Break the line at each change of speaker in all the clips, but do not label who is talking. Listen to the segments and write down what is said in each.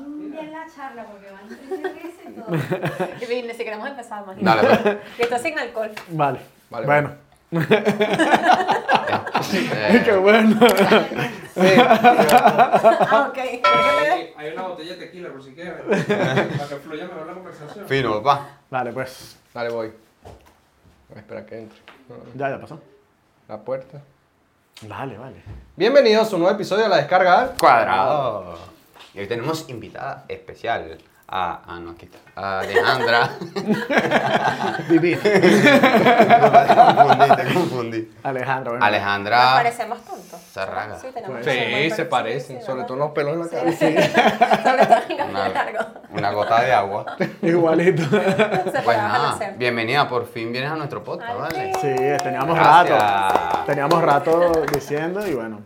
una charla porque van tres veces y todo.
Y ni siquiera hemos empezado, imagínate.
Dale, pues.
Y esto es sin alcohol.
Vale.
Vale,
bueno.
Eh,
Qué bueno.
Ah, ok.
Hay, hay una botella de tequila por si quieren. para que fluya mejor la conversación.
Fino, papá.
Vale, pues.
Dale, voy. Voy a esperar que entre.
Ya, ya pasó.
La puerta.
Vale, vale.
Bienvenidos a un nuevo episodio de La Descarga al
Cuadrado. Oh. Y hoy tenemos invitada especial a. Ah, no, aquí está. A Alejandra.
Viví.
confundí, te confundí.
Alejandra, bueno.
Nos
Alejandra.
parecemos tontos.
Sarraga.
Sí, tenemos
Pues.
muy
Sí,
parecidos,
se parecen,
sí,
sobre
¿verdad?
todo los pelos en la cara.
Sí, sobre todo en
Una,
cabello largo.
una gota de agua.
Igualito.
Se
Pues
paraban a
nada,
nacer.
bienvenida, por fin vienes a nuestro podcast,
Al
¿vale?
fin.
Sí, teníamos rato.
Gracias.
Teníamos rato diciendo y bueno.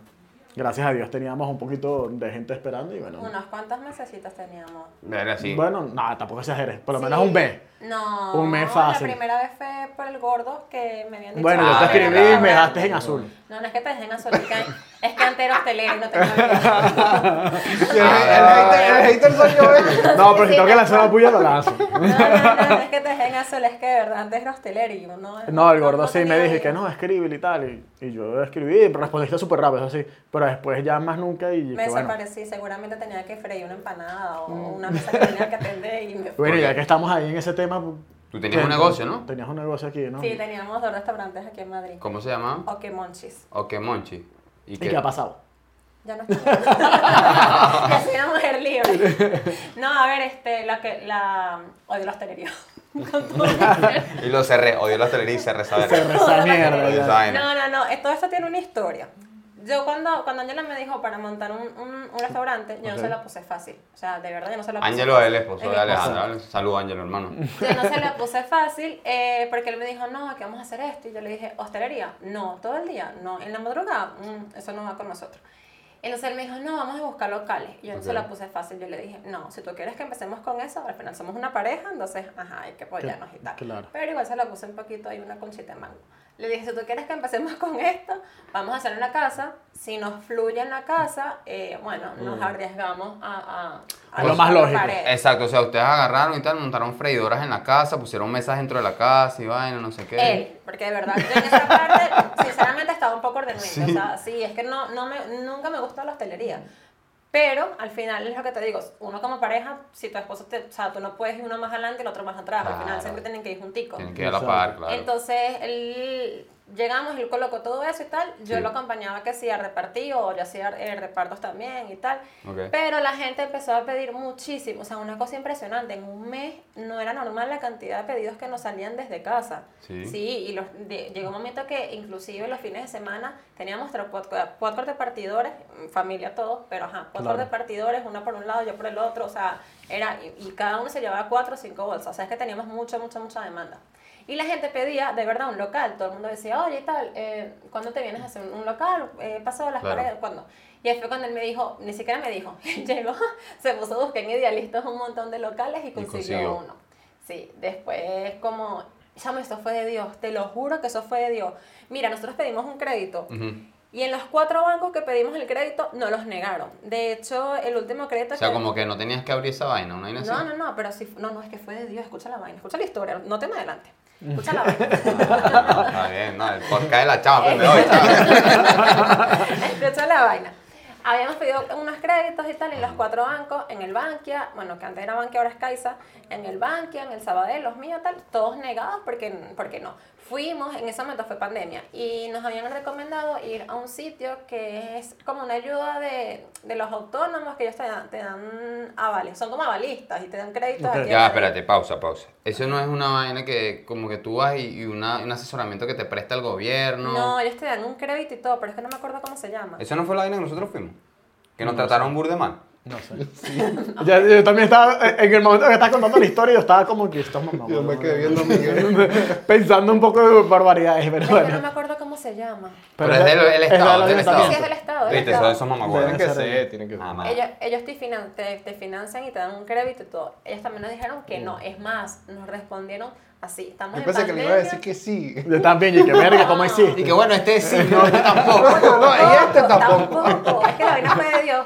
Gracias a Dios teníamos un poquito de gente esperando y bueno.
Unos cuantos mesecitos teníamos.
Ver así.
Bueno, nada, tampoco exageres. Por lo
Sí.
menos un B.
No.
Un mes fácil.
La primera vez fue por el gordo que me habían dicho.
Bueno, yo
Ah,
te
"Ay,
escribí
verdad.
y me dejaste en azul.
No, no es que te dejen azul, es que, es que antes eras telero y no tenía vida.
el hater-
soy yo,
No, pero si tengo que lanzar la puya, lo lanzo.
No, no, no, no es que te dejen azul, es que de verdad antes eras telero y yo no.
No, el gordo sí
tenía
me dije
vida.
que no, escribe y tal. Y, y yo escribí, pero respondiste súper rápido, eso sí. Pero después ya más nunca y
Me
que bueno. Mm.
desaparecí, seguramente tenía que freír una empanada o una mesa que tenía que atender y me fui.
Bueno, ya que estamos ahí en ese tema. pues,
Tú tenías un negocio, ¿no?
Tenías un negocio aquí, ¿no?
Sí, teníamos dos restaurantes aquí en Madrid.
¿Cómo se llama?
O que monchis.
Okemonchi.
¿Y qué ha pasado?
Ya no estoy. ya soy una mujer libre. No, a ver, este, la que, la, odio la hostelería. Con todo mi ser.
Y lo cerré, odio la hostelería y cerré esa verga.
Cerré esa mierda.
Esa
ya.
vaina.
No, no, no, eh, todo esto tiene una historia. Yo cuando, cuando Angela me dijo para montar un, un, un restaurante, yo no
Ok.
se la puse fácil. O sea, de verdad yo no se la puse
Ángelo es
fácil.
el esposo
El
de
esposo.
Alejandra. ¿vale? Saludos, Ángelo, hermano.
Yo no se la puse fácil eh, porque él me dijo, no, que vamos a hacer esto. Y yo le dije, hostelería, no, todo el día, no, en la madrugada, mm, eso no va con nosotros. Entonces él me dijo, no, vamos a buscar locales. Y yo no se
Ok.
la puse fácil. Yo le dije, no, si tú quieres que empecemos con eso, al final somos una pareja, entonces, ajá, hay que apoyarnos y tal.
claro.
Pero igual se la puse un poquito ahí, una conchita de mango. Le dije, si tú quieres que empecemos con esto, vamos a hacer una casa. Si nos fluye en la casa, eh, bueno, nos arriesgamos a... a, a
A lo más lógico.
paredes".
Exacto, o sea, ustedes agarraron y tal, montaron freidoras en la casa, pusieron mesas dentro de la casa y vaina, no sé qué.
Él, porque de verdad, yo en esa parte, sinceramente, estaba un poco ordenada. O sea, sí, es que no, no me, nunca me gustó la hostelería. Pero al final es lo que te digo, uno como pareja, si tu esposo te, o sea, tú no puedes ir uno más adelante y el otro más atrás, al final
Claro.
siempre tienen que ir junticos.
Tienen que ir a la par, claro.
Entonces, él, llegamos, él colocó todo eso y tal, yo
Sí.
lo acompañaba que sí a repartir o yo hacía eh, repartos también y tal.
Ok.
Pero la gente empezó a pedir muchísimo, o sea, una cosa impresionante, en un mes no era normal la cantidad de pedidos que nos salían desde casa.
Sí.
y los, de- llegó un momento que inclusive los fines de semana teníamos tres podca- cuatro repartidores, mm, familia todos, pero ajá, cuatro
Claro.
repartidores, uno por un lado, yo por el otro, o sea, era, y, y cada uno se llevaba cuatro o cinco bolsas, o sea, es que teníamos mucha, mucha, mucha demanda. Y la gente pedía, de verdad, un local. Todo el mundo decía, oye, y tal, eh, ¿cuándo te vienes a hacer un- un local? Eh, pasado las
Claro.
paredes, ¿cuándo? Y ahí fue cuando él me dijo, ni siquiera me dijo, llegó, se puso a buscar en idealistas un montón de locales y consiguió,
consiguió.
uno. Sí, después como, chamo, esto fue de Dios, te lo juro que eso fue de Dios. Mira, nosotros pedimos un crédito
Ujú.
y en los cuatro bancos que pedimos el crédito no los negaron. De hecho, el último crédito
O sea,
que-
como que no tenías que abrir esa vaina, una vaina así.
no, no, no, pero sí, no, no, es que fue de Dios, escucha la vaina, escucha la historia, no te me adelante, escucha la vaina.
Está bien, no, el podcast de la chava, pues, pero hoy, chava.
Escucha la vaina. Habíamos pedido unos créditos y tal en los cuatro bancos, en el Bankia, bueno, que antes era Bankia, ahora es Caixa, en el Bankia, en el Sabadell, los míos, tal, todos negados porque, porque no. Fuimos, en ese momento fue pandemia, y nos habían recomendado ir a un sitio que es como una ayuda de, de los autónomos que ellos te dan, te dan avales, son como avalistas y te dan créditos.
Ok.
aquí en
Ya,
Madrid.
espérate, pausa, pausa. Eso no es una vaina que como que tú vas y, y una- un asesoramiento que te presta el gobierno.
No, ellos te dan un crédito y todo, pero es que no me acuerdo cómo se llama.
Eso no fue la vaina que nosotros fuimos. Que nos trataron burde mal.
No sé. Ya, yo también estaba, eh, en el momento que estás contando la historia, yo estaba como que esto es mamá.
Yo me
mamá,
quedé
mamá".
viendo a Miguel.
Pensando un poco de barbaridades, pero
Es que no
bueno.
me acuerdo cómo se llama.
Pero, es del el
es
Estado,
del
del Estado.
ayuntamiento.
Sí, es del Estado, del
Viste,
Estado.
eso- eso es mamahuevos.
Tienen que ser, tienen que ser.
Ah, madre.
Ellos, ellos te, finan- te, te financian y te dan un crédito y todo. Ellos también nos dijeron que no. Es más, nos respondieron así. Estamos
Yo
en
pensé que le
pandemia.
iba a decir que sí.
Yo también, y que verga,
Ah.
¿cómo hiciste?
Y que bueno, este sí, no, este tampoco.
No, no, y este tampoco.
Tampoco. Es que la vaina fue de Dios.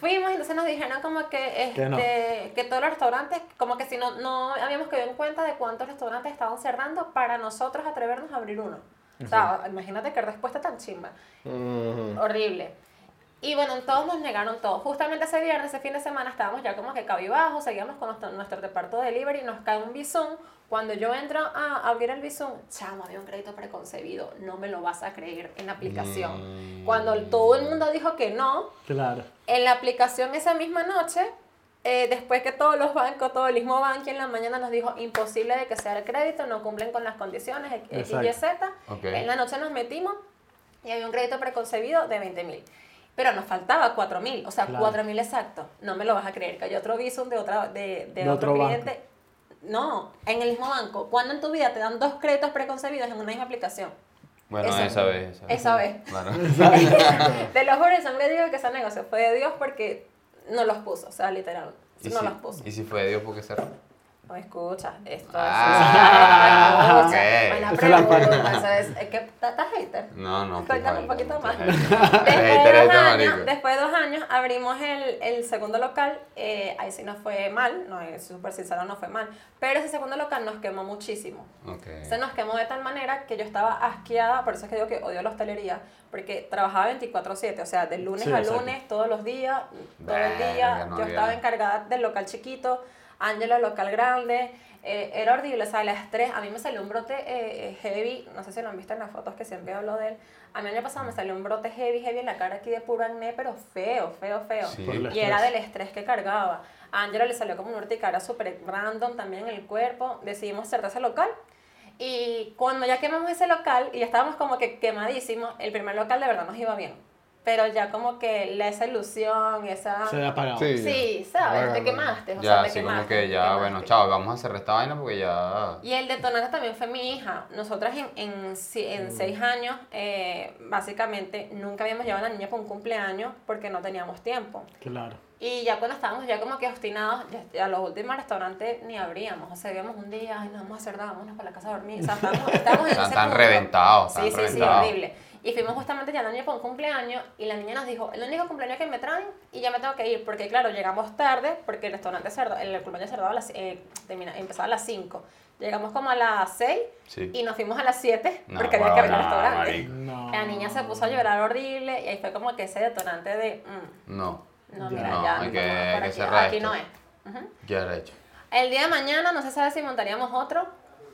Fuimos, entonces nos dijeron como que, este,
Que no.
que todos los restaurantes, como que si no, no habíamos quedado en cuenta de cuántos restaurantes estaban cerrando para nosotros atrevernos a abrir uno. O sea, imagínate qué respuesta tan chimba.
Mm.
Horrible. Y bueno, todos nos negaron todo. Justamente ese viernes, ese fin de semana, estábamos ya como que cabizbajo, seguíamos con nuestro, nuestro reparto de delivery, nos cae un bizum. Cuando yo entro a abrir el bizum, chamo, había un crédito preconcebido, no me lo vas a creer en la aplicación.
Mm.
Cuando todo el mundo dijo que no,
Claro.
en la aplicación esa misma noche, eh, después que todos los bancos, todo el mismo banco en la mañana nos dijo imposible de que sea el crédito, no cumplen con las condiciones, X, X, Y, Z.
Ok.
En la noche nos metimos y había un crédito preconcebido de 20 mil. Pero nos faltaba 4 mil, o sea,
Claro.
4 mil exacto. No me lo vas a creer, que hay otro visum de, otra, de, de
De
otro,
otro banco.
cliente. No, en el mismo banco. ¿Cuándo en tu vida te dan dos créditos preconcebidos en una misma aplicación?
Bueno,
Esa-
esa vez. Esa vez.
esa vez.
Claro.
Te lo juro, yo me digo que ese negocio fue de Dios porque no los puso, o sea, literal,
¿Y
no
si-
los puso.
¿Y si fue de Dios porque cerró?
No escucha, esto
Ah,
es...
ok.
Buena
Esa es la
pregunta,
pregunta.
esa es, es que estás hater.
No, pues, no.
Cuéntame un poquito más.
Este
Después de,
Después
dos años, después de dos años abrimos el, el segundo local, eh, ahí sí no fue mal, no, eh, súper sincero, no fue mal, pero ese segundo local nos quemó muchísimo. Se nos quemó de tal manera que yo estaba asqueada, por eso es que digo que odio la hostelería, porque trabajaba 24/7, o sea, de lunes
Sí,
a
exacto.
lunes, todos los días, todo el
Verga,
día.
no
yo
había.
estaba encargada del local chiquito, Ángela local grande, eh, era horrible, o sea, a las 3, a mí me salió un brote eh, eh, heavy, no sé si lo han visto en las fotos que siempre hablo de él, a mí el año pasado me salió un brote heavy, heavy en la cara aquí de puro acné, pero feo, feo, feo.
Sí.
Por el
Y era
estrés.
del estrés que cargaba. A Angela le salió como una urticaria súper random también en el cuerpo. Decidimos cerrar ese local. Y cuando ya quemamos ese local y ya estábamos como que quemadísimos, el primer local de verdad nos iba bien. Pero ya como que la- esa ilusión, esa...
Se le apagaba.
Sí.
Sí, ¿sabes?
Bueno,
te quemaste. O sea,
Ya,
te
así como
quemaste,
que
te
ya, bueno,
quemaste.
chao, vamos a cerrar esta vaina porque ya.
Y el detonante también fue mi hija. Nosotras en, en, si-
Mm.
en seis años, eh, básicamente, nunca habíamos llevado a la niña por un cumpleaños porque no teníamos tiempo.
Claro.
Y ya cuando estábamos ya como que obstinados, ya, ya los últimos restaurantes ni abríamos. O sea, íbamos un día, ay, no vamos a cerrar, vámonos para la casa a dormir. O sea, estábamos, estábamos en
Están
ese
tan
punto.
reventados,
Sí,
tan
sí,
reventados.
sí, horrible. Y fuimos justamente ya a la niña por un cumpleaños y la niña nos dijo, el único cumpleaños que me traen y ya me tengo que ir. Porque claro, llegamos tarde porque el restaurante cerró, el cumpleaños cerrado a las, eh, termina, empezaba a las 5. Llegamos como a las 6
Sí.
y nos fuimos a las 7
No,
porque había que abrir el
bueno,
restaurante.
marico.
No.
La niña se puso a llorar horrible y ahí fue como que ese detonante de... mm,
No,
no,
Ya.
mira,
No,
ya.
hay
no
que-
vamos
hay
por
que
aquí.
cerrar
Aquí
esto.
no es. Ujú.
ya lo he hecho.
El día de mañana no se sabe si montaríamos otro,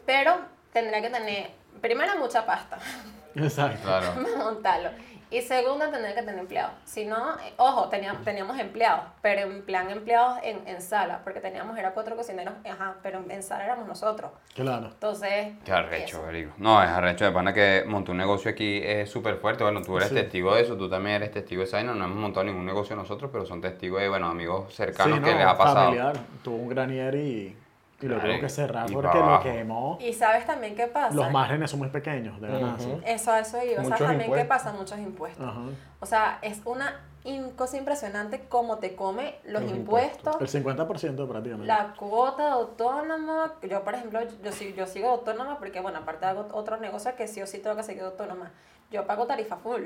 pero tendría que tener, primero, mucha pasta
Exacto.
Claro.
para montarlo. Y segundo, tendría que tener empleados. Si no, eh, ojo, teníamos, teníamos empleados, pero en plan empleados en, en sala, porque teníamos, era cuatro cocineros, ajá, pero en, en sala éramos nosotros.
Claro.
Entonces...
Qué arrecho,
eso.
marico. No, es arrecho de pana que montó un negocio aquí es súper fuerte. Bueno, tú eres
Sí.
testigo de eso, tú también eres testigo de esa vaina. No hemos montado ningún negocio nosotros, pero son testigos de, bueno, amigos cercanos
Sí,
que
no,
les ha pasado.
familiar. Tuvo un granier y, y lo
Ay,
tuvo que cerrar
y
porque
para
lo
abajo.
quemó.
Y sabes también qué pasa.
Los márgenes son muy pequeños de ganancia.
Eso, a eso iba. ¿Sabes
Muchos
también qué
impuestos.
pasa? Muchos impuestos.
Ajá.
O sea, es una in- cosa impresionante cómo te come los,
Los
impuestos,
El 50% prácticamente.
la cuota de autónomo. Yo, por ejemplo, yo, sig- yo sigo autónoma porque, bueno, aparte hago otros negocios que sí o sí tengo que seguir autónoma. Yo pago tarifa full.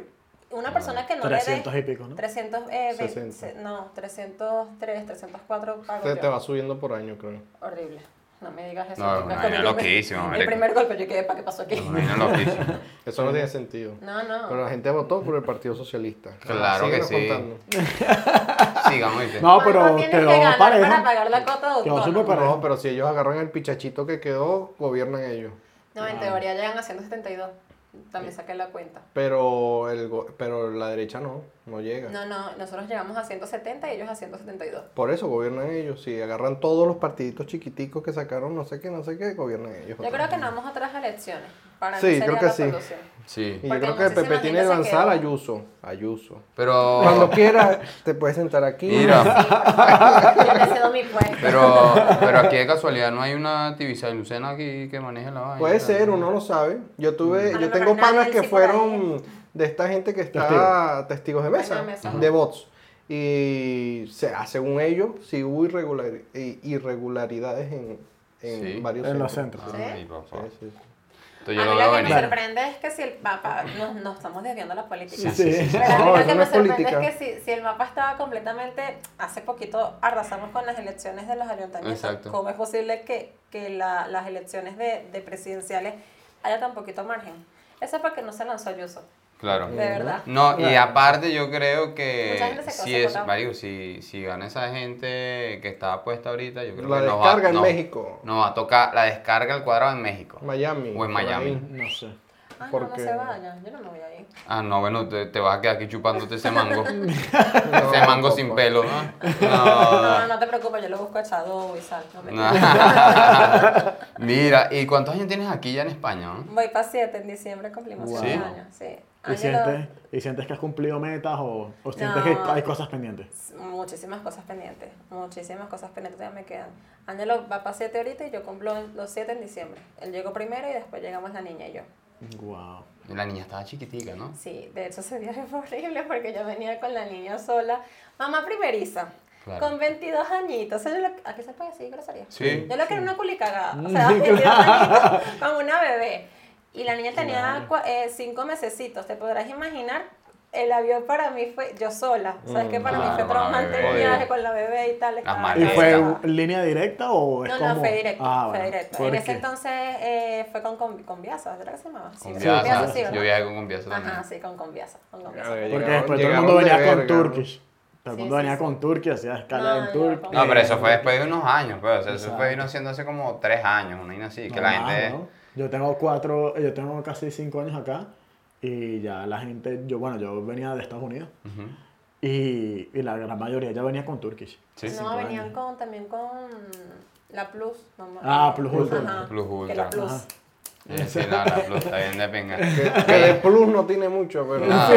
Una persona que no le dé
300 y pico, ¿no?
300, eh, ve-
60.
se- no, 303, 304 pago
Te,
yo.
te va subiendo por año, creo.
Horrible. No me digas eso.
No,
porque
una
cuando
vaina
yo me-
loquísima,
El
marico.
primer golpe yo quedé, ¿para qué pasó aquí?
Una vaina loquísima.
Eso no tiene sentido.
No, no.
Pero la gente votó por el Partido Socialista.
Claro que
Síguenos
sí.
contando.
Sigamos, ¿viste?
No, pero
¿Cuánto tienes que
quedó
ganar para
pareja.
pagar la cuota de
Quedó
autónomo?
súper pareja.
No, pero si ellos agarran el pichachito que quedó, gobiernan ellos.
No, en teoría llegan a 172. También saqué la cuenta.
Pero, el, go- pero la derecha no, no llega.
No, no, nosotros llegamos a 170 y ellos a 172.
Por eso gobiernan ellos. Si agarran todos los partiditos chiquiticos que sacaron, no sé qué, no sé qué, gobiernan ellos.
Yo creo que no vamos a otras elecciones. Para mí
Sí,
sería
creo que
la
sí.
solución.
Sí.
Y yo
Porque
creo que
muchísima
Pepe tiene que
gente se
lanzar
quedó.
Ayuso. Ayuso.
Pero.
Cuando quieras, te puedes sentar aquí.
Mira,
Yo le cedo mi puesto.
pero, pero aquí de casualidad no hay una Tibisa Lucena aquí que maneje la vaina.
Puede ser, uno no sabe. Yo tuve,
A lo
yo
mejor
tengo panas
nadie
que
sí por ahí.
fueron de esta gente que está testigos de mesa,
Bueno, de mesa.
de bots. Y se, ah, según ellos, sí hubo irregular- i- irregularidades en, en
Sí.
varios
En los
centros.
centros.
Ay, papá.
Sí, sí, sí.
Entonces yo
a
lo
mí lo
veo
que
venir.
me sorprende es que si el mapa, nos no estamos desviando la política.
Sí, sí.
Pero a mí
No,
lo
eso
que
no
me
es
sorprende
política.
es que si, si el mapa estaba completamente, hace poquito arrasamos con las elecciones de los ayuntamientos,
Exacto.
¿cómo es posible que, que la- las elecciones de, de presidenciales haya tan poquito margen? Eso es porque no se lanzó Ayuso,
Claro.
de verdad.
No, y
Claro.
aparte yo creo
Mucha
que
gente se
si
quedó
es,
sacotado.
marico, si, si gana esa gente que está apuesta ahorita, yo creo
La
que nos
descarga
va,
en
no,
México.
nos va a tocar la descarga al cuadrado en México.
Miami.
O en Miami.
por ahí.
No sé.
Ah, no, no
Porque-
se vayan, yo no me voy a ir.
Ah, no, bueno, te, te vas a quedar aquí chupándote ese mango. ese
No,
mango
tampoco.
sin pelo, ¿no?
No,
No.
no te preocupes, yo lo busco echado y sal. No me
Ah. Mira, ¿y cuántos años tienes aquí ya en España? no?
Voy para 7 en diciembre, cumplimos
Wow.
7
¿Sí?
años. Sí.
¿Y
Ángelo-
sientes, ¿Y sientes que has cumplido metas o, o sientes que
No.
hay cosas pendientes?
Muchísimas cosas pendientes, muchísimas cosas pendientes todavía me quedan. Ángelo va para 7 ahorita y yo cumplo los 7 en diciembre. Él llegó primero y después llegamos la niña y yo.
Wow.
Y La niña estaba chiquitica, ¿no?
Sí, de hecho ese viaje fue horrible porque yo venía con la niña sola. Mamá primeriza,
Claro.
con 22 añitos. O sea, yo lo- ¿A qué se puede decir grosería?
Sí.
Yo lo que era una culicagada. O sea, 22 añitos, como una bebé. Y la niña tenía 5 mesecitos. Te podrás imaginar, el avión para mí fue yo sola. ¿Sabes que Para mí
claro,
fue
con la
traumante el
bebé.
viaje con la bebé y tal. estaba-
¿Y
maletas.
fue
Directa.
en línea directa o es
No,
como...?
no, fue directo.
Ah,
fue
bueno.
directo. En
¿Por
ese
qué?
entonces eh, fue con, con, con Viasa, ¿verdad que se llamaba? Sí,
Con
con
Viasa.
Viasa, sí, ¿verdad?
yo viajé con Conviasa también.
Ajá, sí, con Conviasa. Con Conviasa.
Porque
Porque
llegaron-
después todo el
llegaron
mundo
de
venía con
verga, ¿no?
Turkish. Todo el
Sí,
mundo
sí,
venía
sí.
con Turkey, hacía escala
No,
en
yo
Turkey.
No, pero eso fue
Eh,
después de unos años, pues. O sea, eso
Exacto.
fue vino siendo hace como tres años, una vaina así, que la
normal,
gente.
¿no? Yo tengo cuatro, yo tengo casi cinco años acá y ya la gente, yo bueno, yo venía de Estados Unidos
Ujú.
y, y la gran mayoría ya venía con Turkish.
Sí, sí.
no,
años.
venían con, también con la Plus. No, me-
Ah, Plus Ultra.
Ajá,
Plus
Que la
Ultra.
Plus.
Ajá.
Sí, sí, no, la plus está bien de pinga.
Que, que de plus no tiene mucho, pero.
No, no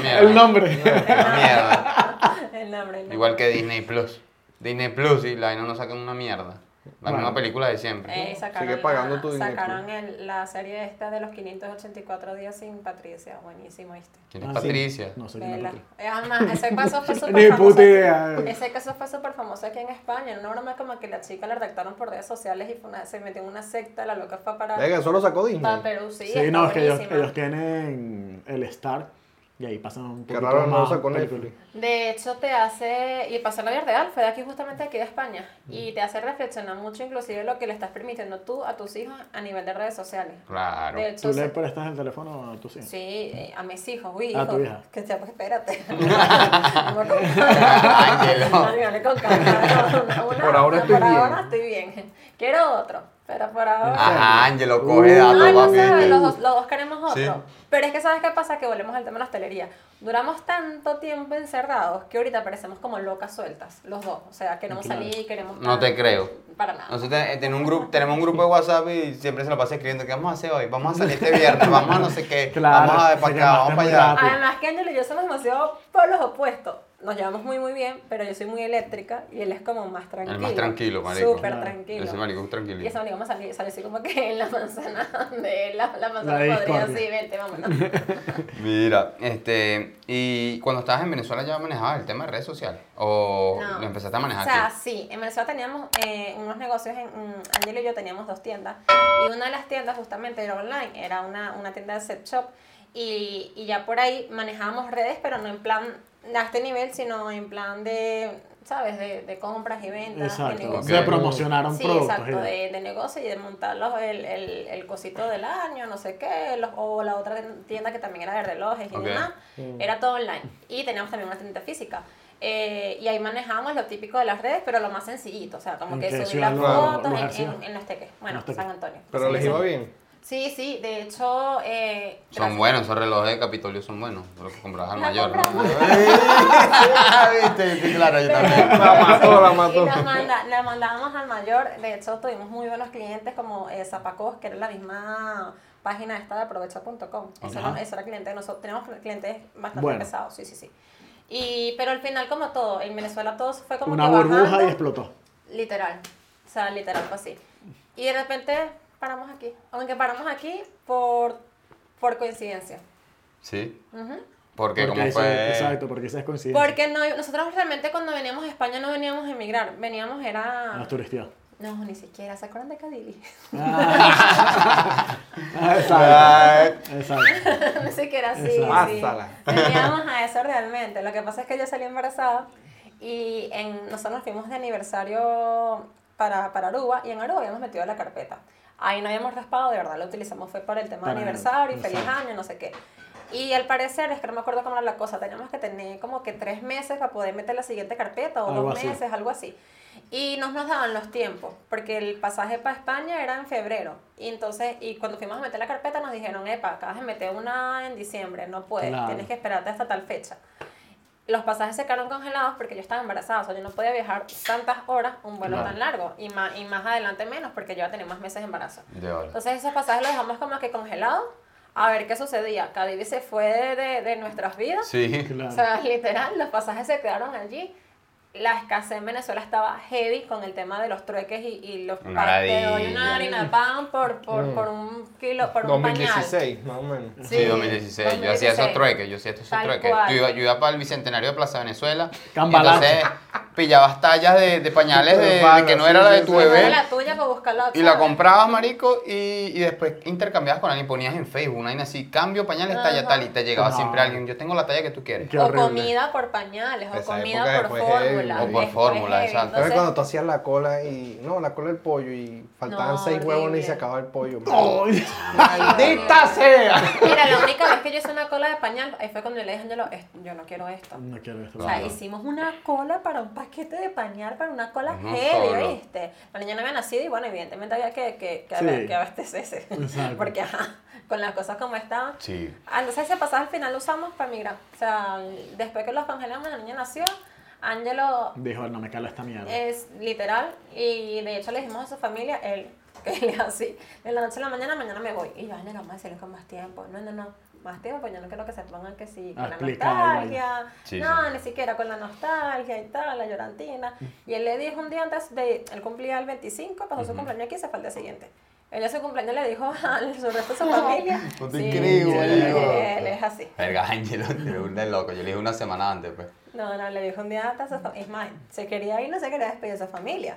mierda.
El nombre.
eh,
No mierda.
El nombre. el nombre.
Igual que Disney Plus. Disney Plus y la vaina no sacan una mierda. La
Bueno.
misma película de siempre.
Eh, sacaron
Sigue pagando
la,
tu dinero.
Sacaron el- la serie esta de los 584 días sin Patricia. Buenísimo este.
¿Quién es
Ah, sí.
Patricia?
No sé quién es
Vela.
Patricia.
Eh, Además, ese caso fue súper
Ni
famoso.
puta idea.
Ese caso fue súper famoso aquí en España. Una broma como que la chica la redactaron por redes sociales y fue una- se metió en una secta. La loca fue para,
Venga, solo sacó Disney.
para Perú. Sí,
Sí,
está
no, es que ellos,
buenísima.
ellos tienen el Star y ahí pasan un
Qué
poquito
raro no
más
sacó
películas.
Netflix.
De hecho, te hace, y pasó en la vida real, fue de aquí justamente de aquí de España, y te hace reflexionar mucho inclusive lo que le estás permitiendo tú a tus hijos a nivel de redes sociales.
Claro.
De hecho,
¿Tú le
se-
prestas el teléfono a tus hijos?
sí, eh, a mis hijos, uy,
A tu
hijo,
hija.
que te pues espérate. Vamos con calma.
Ángelo.
No, dígale con calma, no, una-
Por ahora estoy
por
bien.
ahora estoy bien. Quiero otro, pero por ahora...
Ah,
Ajá, Ángelo, coge
Uh.
No,
datos,
Ah, no
papi.
se ve,
¿viste?
los, dos- los dos queremos otro.
Sí.
Pero es que sabes qué pasa, que volvemos al tema de la hostelería. Duramos tanto tiempo encerrados que ahorita parecemos como locas sueltas, los dos. O sea, queremos
Claro.
salir, queremos...
No te creo.
Para nada.
Nosotros ten- eh, tenemos un, grupo, tenemos un grupo de WhatsApp y siempre se lo pasa escribiendo, ¿qué vamos a hacer hoy? Vamos a salir este viernes, vamos a no sé qué,
Claro,
vamos a ver para
se
acá, vamos
llamaste
para
muy
allá.
rápido.
Además que Ángel y yo somos demasiado polos opuestos. Nos llevamos muy muy bien, pero yo soy muy eléctrica y él es como más tranquilo.
El más tranquilo, marico.
Súper
Claro.
tranquilo.
Ese marico es
Y ese
tranquilito.
marico vamos a salir, sale así como que en la manzana de la, la manzana
La
podría
discordia.
sí, vente, vámonos.
Mira, este, y cuando estabas en Venezuela ya manejabas el tema de redes sociales o
No.
lo empezaste a manejar
O sea,
aquí.
sí, en Venezuela teníamos eh, unos negocios, en, mm, Angelo y yo teníamos dos tiendas, y una de las tiendas justamente era online, era una, una tienda de set shop, y, y ya por ahí manejábamos redes, pero no en plan a este nivel, sino en plan de, ¿sabes?, de, de compras y ventas, de
Exacto.
negocios.
Se promocionaron
Sí,
productos. y
exacto,
ya.
de, de negocio y de montar los, el, el, el cosito del año, no sé qué, los, o la otra tienda que también era de relojes y
Ok.
demás, era todo online. Y teníamos también una tienda física. Eh, y ahí manejábamos lo típico de las redes, pero lo más sencillito, o sea, como
¿En
Mm, que
qué
subir
ciudad
las
lo-
fotos
lo
en-
ejercían?
en, en los teques, bueno,
Los Teques.
San Antonio.
Pero
Sí,
les
sí.
iba bien.
Sí, sí, de hecho... Eh,
Son
gracias-
buenos, esos relojes de Capitolio son buenos, los que comprabas al
La
mayor. ¿no?
compramos.
Viste, sí, claro, yo también.
La mató, la
Y
mató.
nos manda- la mandábamos al mayor. De hecho, tuvimos muy buenos clientes como eh, Zapacos, que era la misma página esta de aprovecha.com. Ese,
Ajá.
era- ese era cliente de nosotros. Tenemos clientes bastante
Bueno.
pesados, sí, sí, sí. Y, pero al final, como todo, en Venezuela todo fue como
Una
que
burbuja
bajando.
y explotó.
Literal. O sea, literal fue así. Y de repente paramos aquí. Aunque paramos aquí por, por coincidencia.
Sí,
Ujú.
porque como
eso-
fue...
Exacto, porque esa es coincidencia.
Porque no, nosotros realmente cuando veníamos a España no veníamos a emigrar, veníamos era...
Las turisteadas.
No, ni siquiera. ¿Se acuerdan de Cadili?
Ah,
Ay,
exacto. Exacto.
ni siquiera así.
Exacto.
sí.
Pásala.
Veníamos a eso realmente. Lo que pasa es que yo salí embarazada y en, nosotros nos fuimos de aniversario para, para Aruba y en Aruba habíamos metido la carpeta. Ahí no habíamos raspado, de verdad lo utilizamos fue para el tema
Para
de
el-
aniversario, y
exacto.
feliz año, no sé qué. Y al parecer, es que no me acuerdo cómo era la cosa, teníamos que tener como que tres meses para poder meter la siguiente carpeta o
Algo
dos
así.
meses, algo así. Y no nos daban los tiempos, porque el pasaje para España era en febrero. Y entonces, y cuando fuimos a meter la carpeta nos dijeron, epa, acabas de meter una en diciembre, no puedes,
Claro.
tienes que esperarte hasta tal fecha. Los pasajes se quedaron congelados porque yo estaba embarazada, o sea, yo no podía viajar tantas horas un vuelo
Claro.
tan largo y más, y más adelante menos porque yo ya tenía más meses de embarazo.
De bola.
Entonces esos pasajes los dejamos como que congelados a ver qué sucedía. Cadivi se fue de, de- de nuestras vidas.
Sí.
Claro.
O sea, literal, los pasajes se quedaron allí. La escasez en Venezuela estaba heavy con el tema de los trueques y, y los
Una
te doy
ladilla.
una harina de pan por, por,
Mm.
por un kilo, por un pañal.
2016, más o menos.
Sí, 2016. Yo hacía
2016.
esos trueques, yo hacía esos
Tal
trueques.
cual.
Yo iba, yo iba para el Bicentenario de Plaza Venezuela. y
Cambalache.
entonces pillabas tallas de, de pañales de, de
Urbana,
que no
sí,
era la de
sí,
tu
sí.
Era
bebé.
la tuya para buscarla.
Y la
¿sabes?
comprabas, marico, y, y después intercambiabas con alguien, ponías en Facebook una vaina así, cambio pañales, talla
Ajá.
tal, y te llegaba
No.
siempre alguien, yo tengo la talla que tú quieres.
Qué
o
horrible.
comida por pañales, o
Esa
comida
época
por
fue heavy,
fórmula.
O por
después
fórmula,
heavy.
exacto.
¿Sabes
Entonces,
cuando tú hacías la cola y. No, la cola del pollo y faltaban
No,
seis huevos y
horrible.
se acababa el pollo.
Ay,
¡Maldita sea!
Mira, la única vez que yo hice una cola de pañal, ahí fue cuando yo le dije, Angelo, "Es- yo no quiero esto.
No quiero esto.
O sea, hicimos una cola para un paquete de pañal, para una cola
Ujú,
heavy,
solo.
¿viste? La niña no había nacido y bueno, evidentemente había que, que, que,
Sí.
que abastecerse.
Exacto.
Porque ajá, con las cosas como estaban.
Sí.
Ah, Entonces ese pasaje al final lo usamos para migrar. O sea, después que los congelamos, la niña nació, Angelo
Dijo, no me cala esta mierda.
es literal y de hecho le dijimos a su familia, él, que él es así, de la noche a la mañana, mañana me voy. Y yo, ay, no, vamos a hacerlo con más tiempo. No, no, no, más tiempo, pues yo no quiero que se pongan que sí, con
Ah,
la
explicado, vaya.
nostalgia,
Sí,
no,
sí.
ni siquiera con la nostalgia y tal, la llorantina. Y él le dijo un día antes de, él cumplía el 25, pasó su cumpleaños aquí y se fue al día siguiente. Ella su cumpleaños le dijo al su resto de su familia.
No te creo, marico.
él es así.
Verga, Ángelo, te burda de loco. Yo le dije una semana antes, pues.
No, no, le dijo un día antes a su familia. Es más, se quería ir, no se quería despedir de su familia.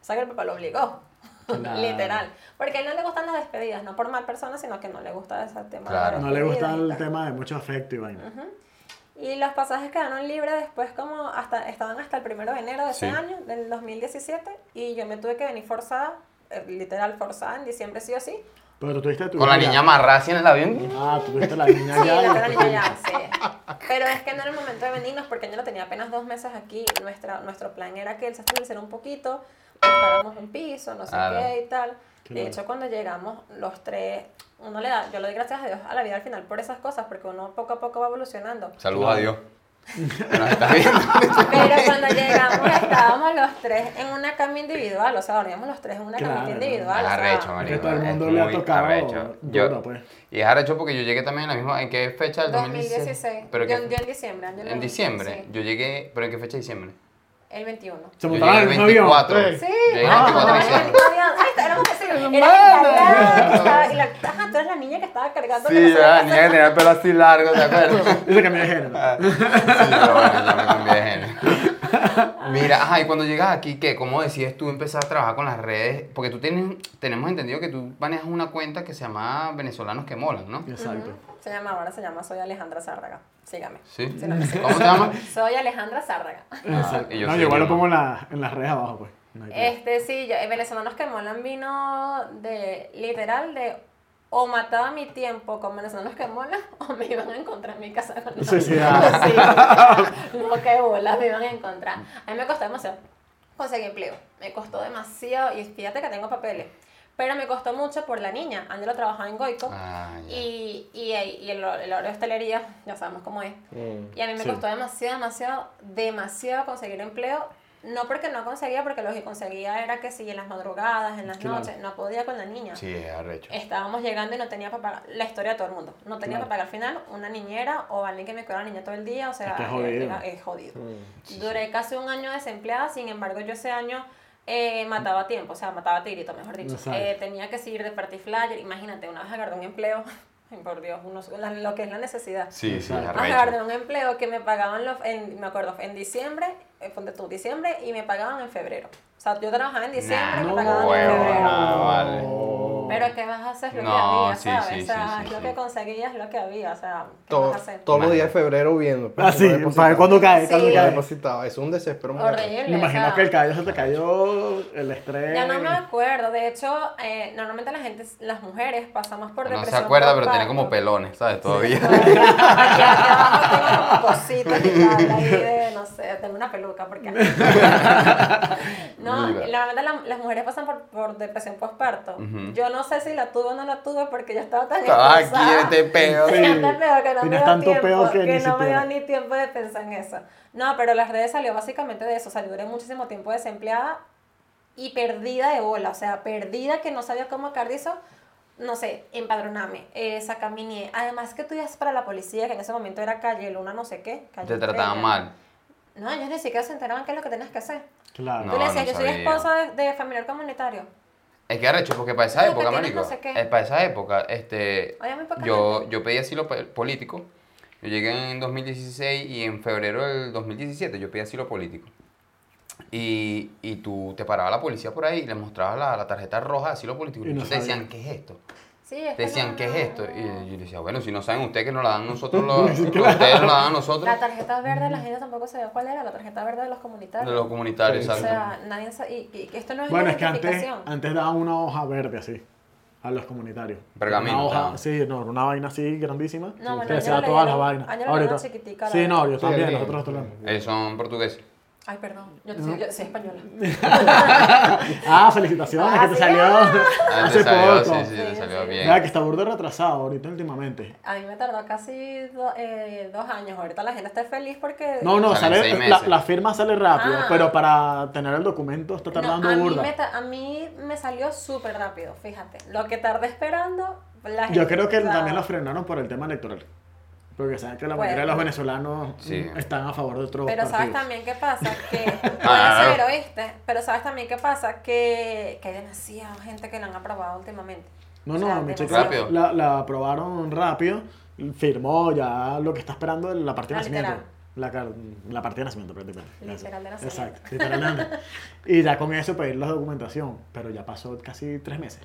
O sea que el papá lo obligó.
Claro.
Literal. Porque a él no le gustan las despedidas, no por mal persona, sino que no le gusta ese tema. de
Claro.
las
No le gusta
despedidas y
el
tal.
tema de mucho afecto y vaina.
Y los pasajes quedaron libres después, como hasta estaban hasta el primero de enero de
Sí.
ese año, del 2017, y yo me tuve que venir forzada, eh, literal forzada, en diciembre sí o sí.
Pero tú tuviste tu
Con la
hija
niña
ya.
amarrada así en el avión.
Ah, tú tuviste la niña
Sí,
ya. y
la verdad,
después
niña
tú-
ya, sí. Pero es que no era el momento de venirnos porque yo no tenía apenas dos meses aquí. Nuestra, nuestro plan era que él se estableciera un poquito, buscáramos un piso, no sé
Claro.
qué y tal.
Claro.
De hecho, cuando llegamos los tres, uno le da, yo le doy gracias a Dios a la vida al final por esas cosas, porque uno poco a poco va evolucionando.
Saludos a Dios. Que nos está viendo.
Pero cuando llegamos estábamos los tres en una cama individual, o sea, dormíamos los tres en una
Claro.
camita individual.
Es
o sea,
arrecho,
Es
marico.
que todo el
es
mundo le ha
muy
tocado
arrecho.
duro,
Yo-
pues.
Y es arrecho porque yo llegué también en la misma. ¿En qué fecha del 2016?
2016.
Pero
yo,
que-
yo en diciembre. Ángel,
en diciembre.
sí,
Yo llegué. ¿Pero en qué fecha de diciembre?
el 21.
Se
Yo
montaron
llegué
en
el
el mismo avión.
24.
Sí.
Sí.
Yo llegué el
Ah,
24 de
no,
diciembre.
no, no, no, Ahí está, éramos así. Era italiana, que estaba- y la- ajá, tú eres la niña que estaba cargando. que no
Sí,
sé
la
qué.
niña que tenía el pelo así largo, ¿te acuerdas?
Dice que me dijeron.
Ah. Sí, pero bueno, ya me cambié de género. Mira, ajá, y cuando llegas aquí, ¿qué? ¿Cómo decides tú empezar a trabajar con las redes? Porque tú tienes, tenemos entendido que tú manejas una cuenta que se llama Venezolanos que molan, ¿no?
Exacto.
Se llama, ahora se llama Soy Alejandra Zárraga. Sígame.
Sí.
Sí, no, sí.
¿Cómo te llamas?
Soy Alejandra Zárraga.
Exacto.
Ah, y yo
no,
soy
yo igual lo
Lima.
pongo en, la- en las redes abajo, pues. No hay problema.
Este, sí, yo, eh, Venezolanos que molan vino de, literal, de o mataba mi tiempo con Venezolanos que molan o me iban a encontrar en mi casa con
Suicidada.
Sí. No, qué bolas, me iban a encontrar. A mí me costó demasiado conseguir empleo. Me costó demasiado y fíjate que tengo papeles. Pero me costó mucho por la niña. Angelo trabajaba en Goico
Ah, ya.
y, y, y el, el horario de hostelería, ya sabemos cómo es. Y a mí me
Sí.
costó demasiado, demasiado, demasiado conseguir empleo. No porque no conseguía, porque lo que conseguía era que sí, en las madrugadas, en las
Claro.
noches, no podía con la niña.
Sí, es arrecho.
Estábamos llegando y no tenía para pagar, la historia de todo el mundo, no tenía
Claro.
para pagar al final una niñera o alguien que me cuidara a la niña todo el día, o sea,
Es que es jodido.
era- es jodido. Duré casi un año desempleada, sin embargo yo ese año eh, mataba tiempo, o sea, mataba tirito, mejor dicho.
Exacto.
Eh, tenía que seguir de party flyer, imagínate, una vez agarré un empleo, ay, por Dios, uno- la- lo que es la necesidad.
Sí, sí, es
Ajá,
Agarré
arrecho.
un empleo que me pagaban, los, en, me acuerdo, en diciembre, eh, ponte tú, diciembre, y me pagaban en febrero. O sea, yo trabajaba en diciembre
Nah,
y me
no,
pagaban en
huevo,
febrero.
nah, Ah, vale.
Pero ¿qué vas a hacer? Es Lo que
No,
había,
sí,
¿sabes?
sí,
o sea,
sí, sí,
es lo
sí.
que conseguías, es lo que había, o sea, ¿qué
To-
vas a hacer?
todos los
Imagínate.
días de febrero viendo. pero
Así,
no
Ah, para ver
depositaba.
cuándo cae,
Sí.
cuándo
No
cae.
depositaba. Es un desespero. muy grande.
Horrible.
Me
o
imagino
sea,
que el cabello se te cayó, el estrés.
Ya no me acuerdo, de hecho, eh, normalmente la gente, las mujeres pasamos por
No
depresión.
se acuerda, pero
postparto.
tiene como pelones, ¿sabes? Todavía.
Aquí abajo tengo como cositas y tal, ahí de, no sé, tengo una peluca porque... no,
Mira.
la verdad la- las mujeres pasan por, por depresión postparto.
Ujú.
Yo no sé si la tuve o no la tuve porque yo estaba tan
Estaba aquí
estresada.
este pedo.
Sí.
Tenía tanto peo que no me
Tenías
dio
tanto
tiempo,
peo que
que,
ni
no me
siquiera.
dio ni tiempo de pensar en eso. No, pero las redes salió básicamente de eso. O sea, yo duré muchísimo tiempo desempleada y perdida de bola. O sea, perdida que no sabía cómo cardizo. No sé, empadroname, eh, saca mi NIE. Además que tú ibas para la policía, que en ese momento era calle Luna, no sé qué. Calle
Te trataban
Estrella.
mal.
No, ellos ni siquiera se enteraban qué es lo que tenías que hacer.
Claro.
tú
No,
le decías,
no
yo soy
sabía.
esposa de, de familiar comunitario.
Es que arrecho, porque para esa
Pero
época,
que tienes
marico,
no sé qué.
eh, para esa época, este,
Había muy poca
yo, yo pedí asilo pe- político, yo llegué en 2016 y en febrero del 2017 yo pedí asilo político. Y, y tú te paraba la policía por ahí y le mostrabas la, la tarjeta roja de asilo político
Y
y
no
te decían,
sabían.
¿qué es esto?
Sí, es
Te
que
decían,
no-
¿qué es esto? Y
no.
yo decía, bueno, si no saben ustedes que nos la dan nosotros, los, ustedes nos la dan nosotros,
La tarjeta verde,
Mm.
la gente tampoco sabía cuál era, la tarjeta verde de los comunitarios.
de los comunitarios,
Sí,
O
¿sabes?
sea, nadie sa- y, y- que esto no es
Bueno,
la
es que antes,
identificación.
antes daban una hoja verde así a los comunitarios.
Pergamino,
Una hoja,
daban.
sí, no, una vaina así grandísima.
No, bueno,
que
a
decía
ellos le
todas las
dieron-
vainas.
a ellos le
Ahorita.
dieron chiquitica la
sí, no,
vaina.
yo
Sí, el
también,
día.
nosotros tenemos.
Ellos Eh, son portugueses.
Ay, perdón, yo, soy- yo soy española.
Ah, felicitaciones,
Ah,
que te
sí.
salió
Ah,
hace
te salió,
poco.
sí, sí,
Sí,
te salió
sí.
bien.
Mira, que está burdo retrasado ahorita últimamente.
A mí me tardó casi do- eh, dos años. Ahorita la gente está feliz porque...
No, no,
Salen
sale,
seis
la,
meses.
la firma sale rápido,
Ah.
pero para tener el documento está
No,
tardando
a, mí
burda.
me ta- a mí me salió súper rápido, fíjate. Lo que tardé esperando, la gente...
Yo creo que
o sea,
también lo frenaron por el tema electoral. Porque saben que la mayoría de
Bueno.
los venezolanos
Sí.
mm, están a favor de otros
Pues, Pero sabes
partidos.
también qué pasa, que puede
Ah.
ser, ¿oíste? Pero sabes también qué pasa, que, que hay demasiada gente que la han aprobado últimamente.
No,
O
no,
sea,
mi
demasiado.
chica
Rápido.
la, la aprobaron rápido, firmó ya lo que está esperando en la partida
La
de nacimiento.
Ah, literal.
La, car- la partida de nacimiento, prácticamente. Eso.
Literal de nacimiento.
Exacto, literalmente. y ya con eso pedir la documentación, pero ya pasó casi tres meses.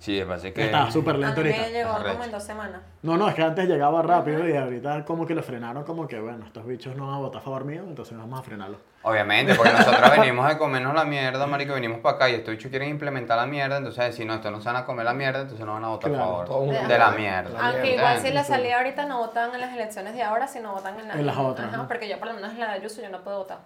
Sí, parece que...
Estaba súper
A
lento
mí
ahorita.
me llegó
Arrecho.
como en dos semanas.
No, no, es que antes llegaba rápido y ahorita como que lo frenaron, como que bueno, estos bichos no van a votar a favor mío, entonces vamos a frenarlos.
Obviamente, porque nosotros venimos de comernos la mierda, marico, venimos para acá y estos bichos quieren implementar la mierda, entonces decir, no, estos no se van a comer la mierda, entonces no van a votar
Claro,
a
todo
favor
un-
de la mierda.
Aunque
¿entiendes?
igual si la salida ahorita no votan en las elecciones de ahora, sino votan en, la-
En las otras,
Ajá,
¿no?
Porque yo por lo menos en la de Ayuso yo no puedo votar.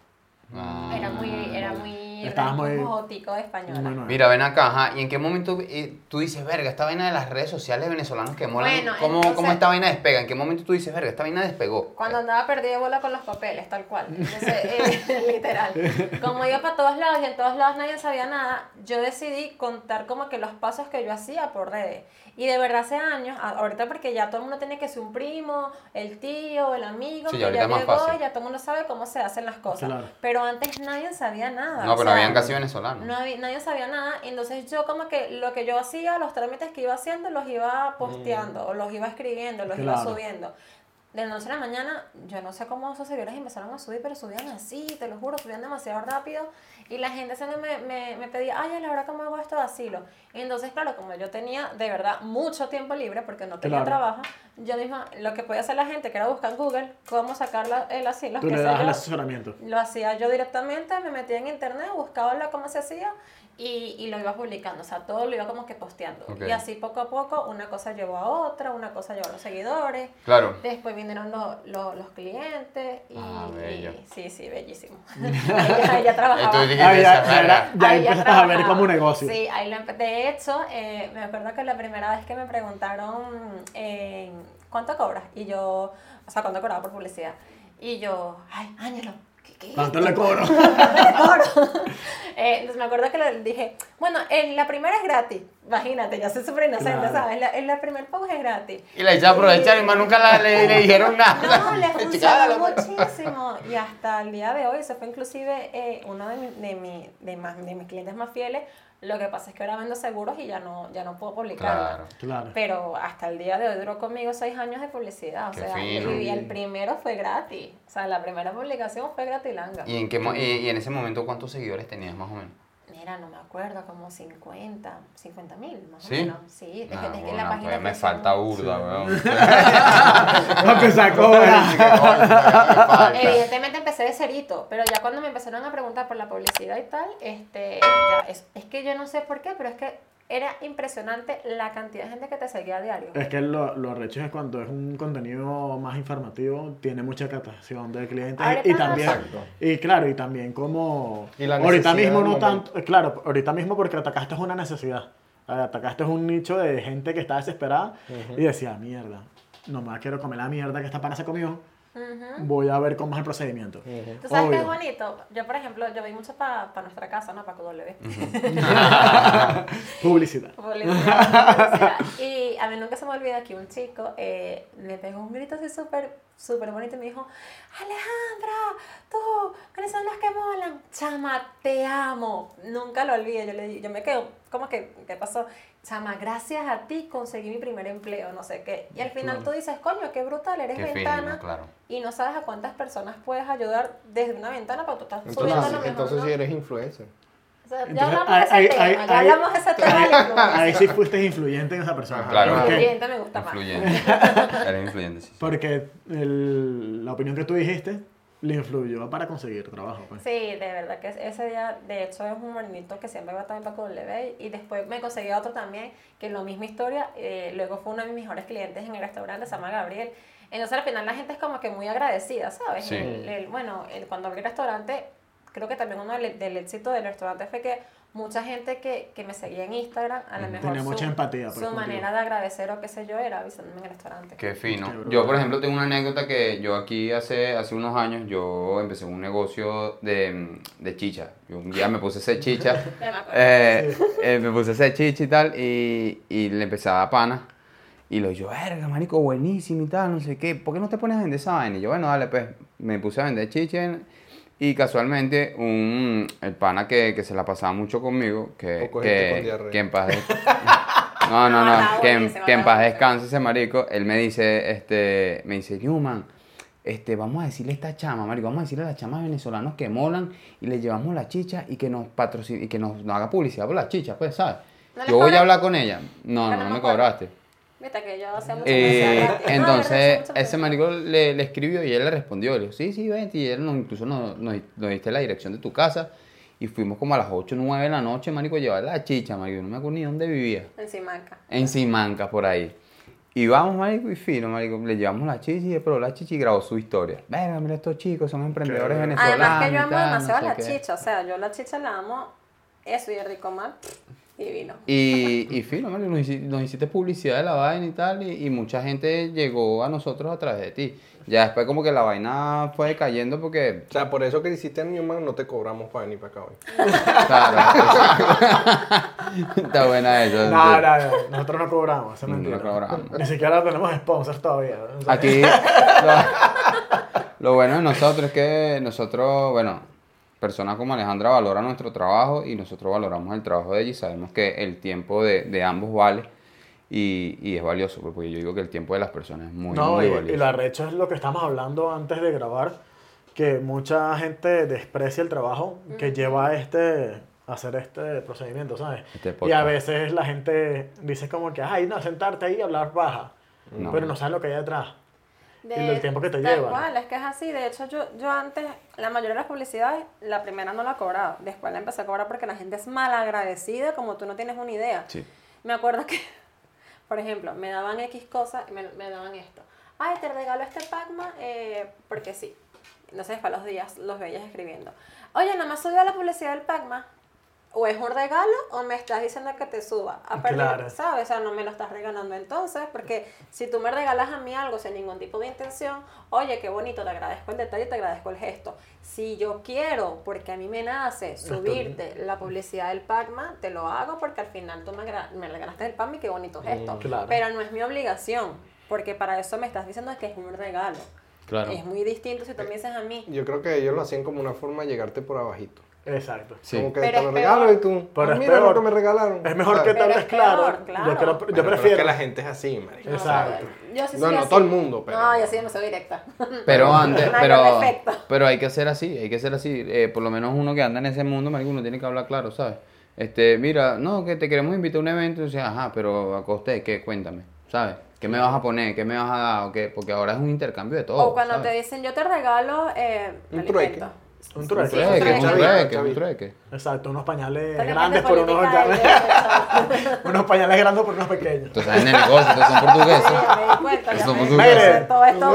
Ah.
Era muy, era muy,
Estabas muy-
gótico español.
Bueno,
Mira, ven acá, ajá, ¿y en qué momento eh, tú dices, verga, esta vaina de las redes sociales venezolanas que molan,
Bueno,
¿cómo,
entonces-
cómo esta vaina despega? ¿En qué momento tú dices, verga, esta vaina despegó?
Cuando andaba perdida de bola con los papeles, tal cual. Entonces, eh, literal. Como iba para todos lados y en todos lados nadie sabía nada, yo decidí contar como que los pasos que yo hacía por redes. Y de verdad hace años, a- ahorita porque ya todo el mundo tiene que ser un primo, el tío, el amigo,
Sí,
que
ya
ya
ahorita es más
llegó,
fácil.
ya todo el mundo sabe cómo se hacen las cosas.
Claro.
Pero antes nadie sabía nada.
no,
o
pero
sea,
habían casi venezolanos.
no había- nadie sabía nada, y entonces yo como que lo que yo hacía, los trámites que iba haciendo, los iba posteando, o los iba escribiendo, los iba
Mm. Claro.
subiendo. De la noche a la mañana, yo no sé cómo esos seguidores empezaron a subir, pero subían así, te lo juro, subían demasiado rápido. Y la gente se me, me, me pedía, ay, la hora ¿cómo hago esto de asilo? Y entonces, claro, como yo tenía de verdad mucho tiempo libre, porque no tenía
Claro.
trabajo, yo misma, lo que podía hacer la gente, que era buscar en Google cómo sacar la- el asilo.
tú
qué
le
sé
das el
yo.
asesoramiento.
Lo hacía yo directamente, me metía en internet, buscaba la- cómo se hacía y, y lo iba publicando. O sea, todo lo iba como que posteando.
Ok.
Y así poco a poco, una cosa llevó a otra, una cosa llevó a los seguidores.
Claro.
Después vinieron los, los, los clientes y,
Ah, bello.
y- sí, sí, bellísimo. ya, ya trabajaba.
Entonces,
Ah, ya,
Esa
ya,
verga.
ya
Ahí
empezaste a
trabajaba.
ver como negocio.
Sí, ahí lo empe- De hecho, eh, me acuerdo que la primera vez que me preguntaron eh, cuánto cobras, y yo, o sea, cuánto cobraba por publicidad, y yo, ay, Ángelo, ¿qué, qué es
¿Cuánto
esto?
le cobro?
Claro. Eh, entonces me acuerdo que le dije, Bueno, en la primera es gratis. Imagínate, ya soy súper inocente,
Claro.
¿sabes? La, en la primer pago es gratis.
Y la hice aprovechar y más nunca la- le, le dijeron nada.
No, le
Chica,
funcionó
la-
muchísimo. Y hasta el día de hoy, eso fue inclusive eh, uno de, mi- de, mi- de más- de mis clientes más fieles. Lo que pasa es que ahora vendo seguros y ya no, ya no puedo publicarla.
Claro.
Claro.
Pero hasta el día de hoy duró conmigo seis años de publicidad. O
Qué
sea,
fino.
y el primero fue gratis. O sea, la primera publicación fue gratilanga.
¿Y en, qué, mo- y, y en ese momento cuántos seguidores tenías más o menos?
Mira, no me acuerdo, como 50, 50 mil más
¿Sí?
o menos. Sí, es que-
Ah,
es que
bueno,
la página.
pues me
creció
falta
mucho.
burda, weón.
No empezó a cobrar.
Evidentemente empecé de cerito, pero ya cuando me empezaron a preguntar por la publicidad y tal, este, ya, es, es que yo no sé por qué, pero es que era impresionante la cantidad de gente que te seguía a diario.
Eh.
Es que lo, lo arrecho es cuando es un contenido más informativo, tiene mucha captación de clientes
Ahorita
y, y
no
también,
Exacto.
y claro, y también como,
Y la
ahorita
necesidad
mismo
del
no
momento.
tanto, claro, ahorita mismo porque atacaste una necesidad, Eh, atacaste un nicho de gente que está desesperada y decía, mierda, no más quiero comer la mierda que esta pana se comió,
Ujú.
voy a ver cómo es el procedimiento.
¿Tú sabes qué es
Obvio.
bonito? Yo, por ejemplo, yo vi mucho para nuestra casa, ¿no? Para QW.
Publicidad.
Publicidad, publicidad. y a mí nunca se me olvida que un chico eh, me pegó un grito así súper, súper bonito y me dijo, Alejandra, tú, ¿cuáles son los que molan? Chama, te amo. Nunca lo olvidé. Yo, le, di- yo me quedo, como que, ¿qué pasó? Chama, gracias a ti conseguí mi primer empleo, no sé qué. Y al final tú dices, coño, qué brutal, eres
Qué
ventana.
fino, claro.
Y no sabes a cuántas personas puedes ayudar desde una ventana, pero tú estás subiendo a lo
Entonces,
mejor,
entonces
¿no?
si eres influencer.
O sea, ya
Entonces,
hablamos de ese
ahí-
tema,
ahí-
ya
ahí-
hablamos de ese tema de la influencia.
Ahí sí fuiste influyente en esa persona.
Ah, Claro.
Porque-
Influyente me gusta más.
Influyente. Eres influyente, sí. sí.
Porque el- la opinión que tú dijiste le influyó para conseguir trabajo. Pues.
Sí, de verdad que ese día, de hecho, es un morenito que siempre iba también para W y después me conseguí otro también, que es la misma historia, eh, luego fue uno de mis mejores clientes en el restaurante, se llama Gabriel. Entonces al final la gente es como que muy agradecida, ¿sabes?
Sí.
El- el- bueno, el- cuando abrí el restaurante, creo que también uno del, del éxito del restaurante fue que mucha gente que, que me seguía en Instagram, a lo
Ujú.
mejor
Tenía
su,
mucha empatía, pues,
su
contigo.
manera de agradecer o qué sé yo era avisándome en el restaurante.
Qué
Qué
fino.
brutal.
Yo, por ejemplo, tengo una anécdota que yo aquí hace, hace unos años, yo empecé un negocio de, mm, de chicha. Yo un día me puse a hacer chicha. eh, eh, me puse a hacer chicha y tal, y, y le empecé a dar pana. Y lo yo, verga, marico, buenísimo y tal, no sé qué. ¿Por qué no te pones a vender esa vaina? Y yo, bueno, dale, pues, me puse a vender chicha. Y casualmente, un, el pana que, que se la pasaba mucho conmigo, que,
Poco gente con
que,
diarrea.
que en paz des- No,
No,
no, no,
está
que en,
buenísimo,
que en
está
paz
buenísimo.
descanse ese marico. Él me dice, este, me dice, Newman, este, vamos a decirle a esta chama, marico, vamos a decirle a las chamas venezolanos que molan y le llevamos la chicha y que nos patrocine, y que nos, nos haga publicidad por la chicha, pues, ¿sabes?
¿No les
Yo voy
cobran?
a hablar con ella. No,
Pero
no, no
no
me
cobran.
cobraste.
Viste que yo hacía mucho Ah,
Eh,
publicidad gratis. No, de verdad,
entonces,
hacía mucha
ese
publicidad.
marico le, le escribió y él le respondió. Le dijo, sí, sí, vente. Y él nos- incluso nos, nos, nos diste la dirección de tu casa. Y fuimos como a las 8 o 9 de la noche, marico, a llevar la chicha, marico. No me acuerdo ni dónde vivía.
Encima acá.
En Simancas, por ahí. Y vamos, marico, y fino, marico. Le llevamos la chichi y él probó la chichi y grabó su historia. Venga, mira estos chicos, son emprendedores
Qué bien.
venezolanos.
Además que yo
y
amo
tal, no
demasiado
sé
la
qué.
chicha, o sea, yo la chicha la amo, eso y el rico mal, divino.
Y, y fino, Mario, nos, hici- nos hiciste publicidad de la vaina y tal, y, y mucha gente llegó a nosotros a través de ti. Ya después como que la vaina fue decayendo porque...
O sea, por eso que hiciste en Newman no te cobramos para venir para acá hoy.
Claro, está buena eso. sí.
No, no, no, nosotros no cobramos, eso es
No
mentira.
cobramos. Ah,
Ni siquiera tenemos sponsors todavía. o sea,
Aquí lo, lo bueno de nosotros es que nosotros, bueno, personas como Alejandra valora nuestro trabajo y nosotros valoramos el trabajo de ella y sabemos que el tiempo de, de ambos vale y, y es valioso, pues, porque yo digo que el tiempo de las personas es muy,
no,
muy
y,
valioso.
y lo arrecho es lo que estamos hablando antes de grabar, que mucha gente desprecia el trabajo que lleva a este a hacer este procedimiento, ¿sabes?
Este
y a
podcast.
veces la gente dice como que, ay, no, sentarte ahí y hablar baja,
No.
pero no sabes lo que hay detrás.
De,
Y el tiempo que te
tal
lleva.
cual, es que es así. De hecho, yo, yo antes, la mayoría de las publicidades, la primera no la cobraba. Después la empecé a cobrar porque la gente es malagradecida, como tú no tienes una idea.
Sí.
Me acuerdo que, por ejemplo, me daban X cosas y me, me daban esto. Ay, te regalo este Pacma eh, porque sí. Entonces, para los días los veías escribiendo. Oye, nada más subió la publicidad del Pacma. o es un regalo o me estás diciendo que te suba. Aparte,
Claro.
¿sabes? O sea, no me lo estás regalando entonces, porque si tú me regalas a mí algo sin ningún tipo de intención, oye, qué bonito, te agradezco el detalle, te agradezco el gesto. Si yo quiero, porque a mí me nace subirte la publicidad del Pacma, te lo hago porque al final tú me, agra- me regalaste el Pacma y qué bonito gesto.
Mm, claro.
Pero no es mi obligación, porque para eso me estás diciendo que es un regalo.
Claro.
Es muy distinto si tú me dices a mí.
Yo creo que ellos lo hacían como una forma de llegarte por abajito.
Exacto.
Sí.
Como que
Pero
te
es
lo
peor.
regalo y tú.
Pero
"Ah,
es
mira lo
peor.
que me regalaron.
Es mejor que te
Pero es
hables claro.
peor, claro.
Yo, creo- yo
Bueno, pero es
prefiero.
que la gente es así, marico.
No,
Exacto.
Yo sí
No,
soy
no
así.
todo el mundo, pero-
No, yo sí demasiado directa.
Pero antes,
Mayor
pero,
defecto.
pero hay que ser así, hay que ser así. Eh, por lo menos uno que anda en ese mundo, marico, uno tiene que hablar claro, ¿sabes? Este, mira, no, que te queremos invitar a un evento, y dices, ajá, pero a coste de qué, cuéntame, ¿sabes? ¿Qué me vas a poner? ¿Qué me vas a dar? ¿O qué? Porque ahora es un intercambio de todo.
o cuando
¿sabes?
te dicen, yo te regalo eh,
Un
alimento".
trueque.
Un
Un
trueque.
trueque,
Sí,
un
chavito,
trueque, un
chavito.
trueque.
Exacto, unos pañales
Entonces,
grandes
la
por
gente
unos
política
grandes.
de- de-
unos pañales grandes por unos pequeños.
Tú sabes de negocio, tú son portugueses.
Sí, ya me di cuenta, ya
Somos
me di
unos-
cuenta de todo esto.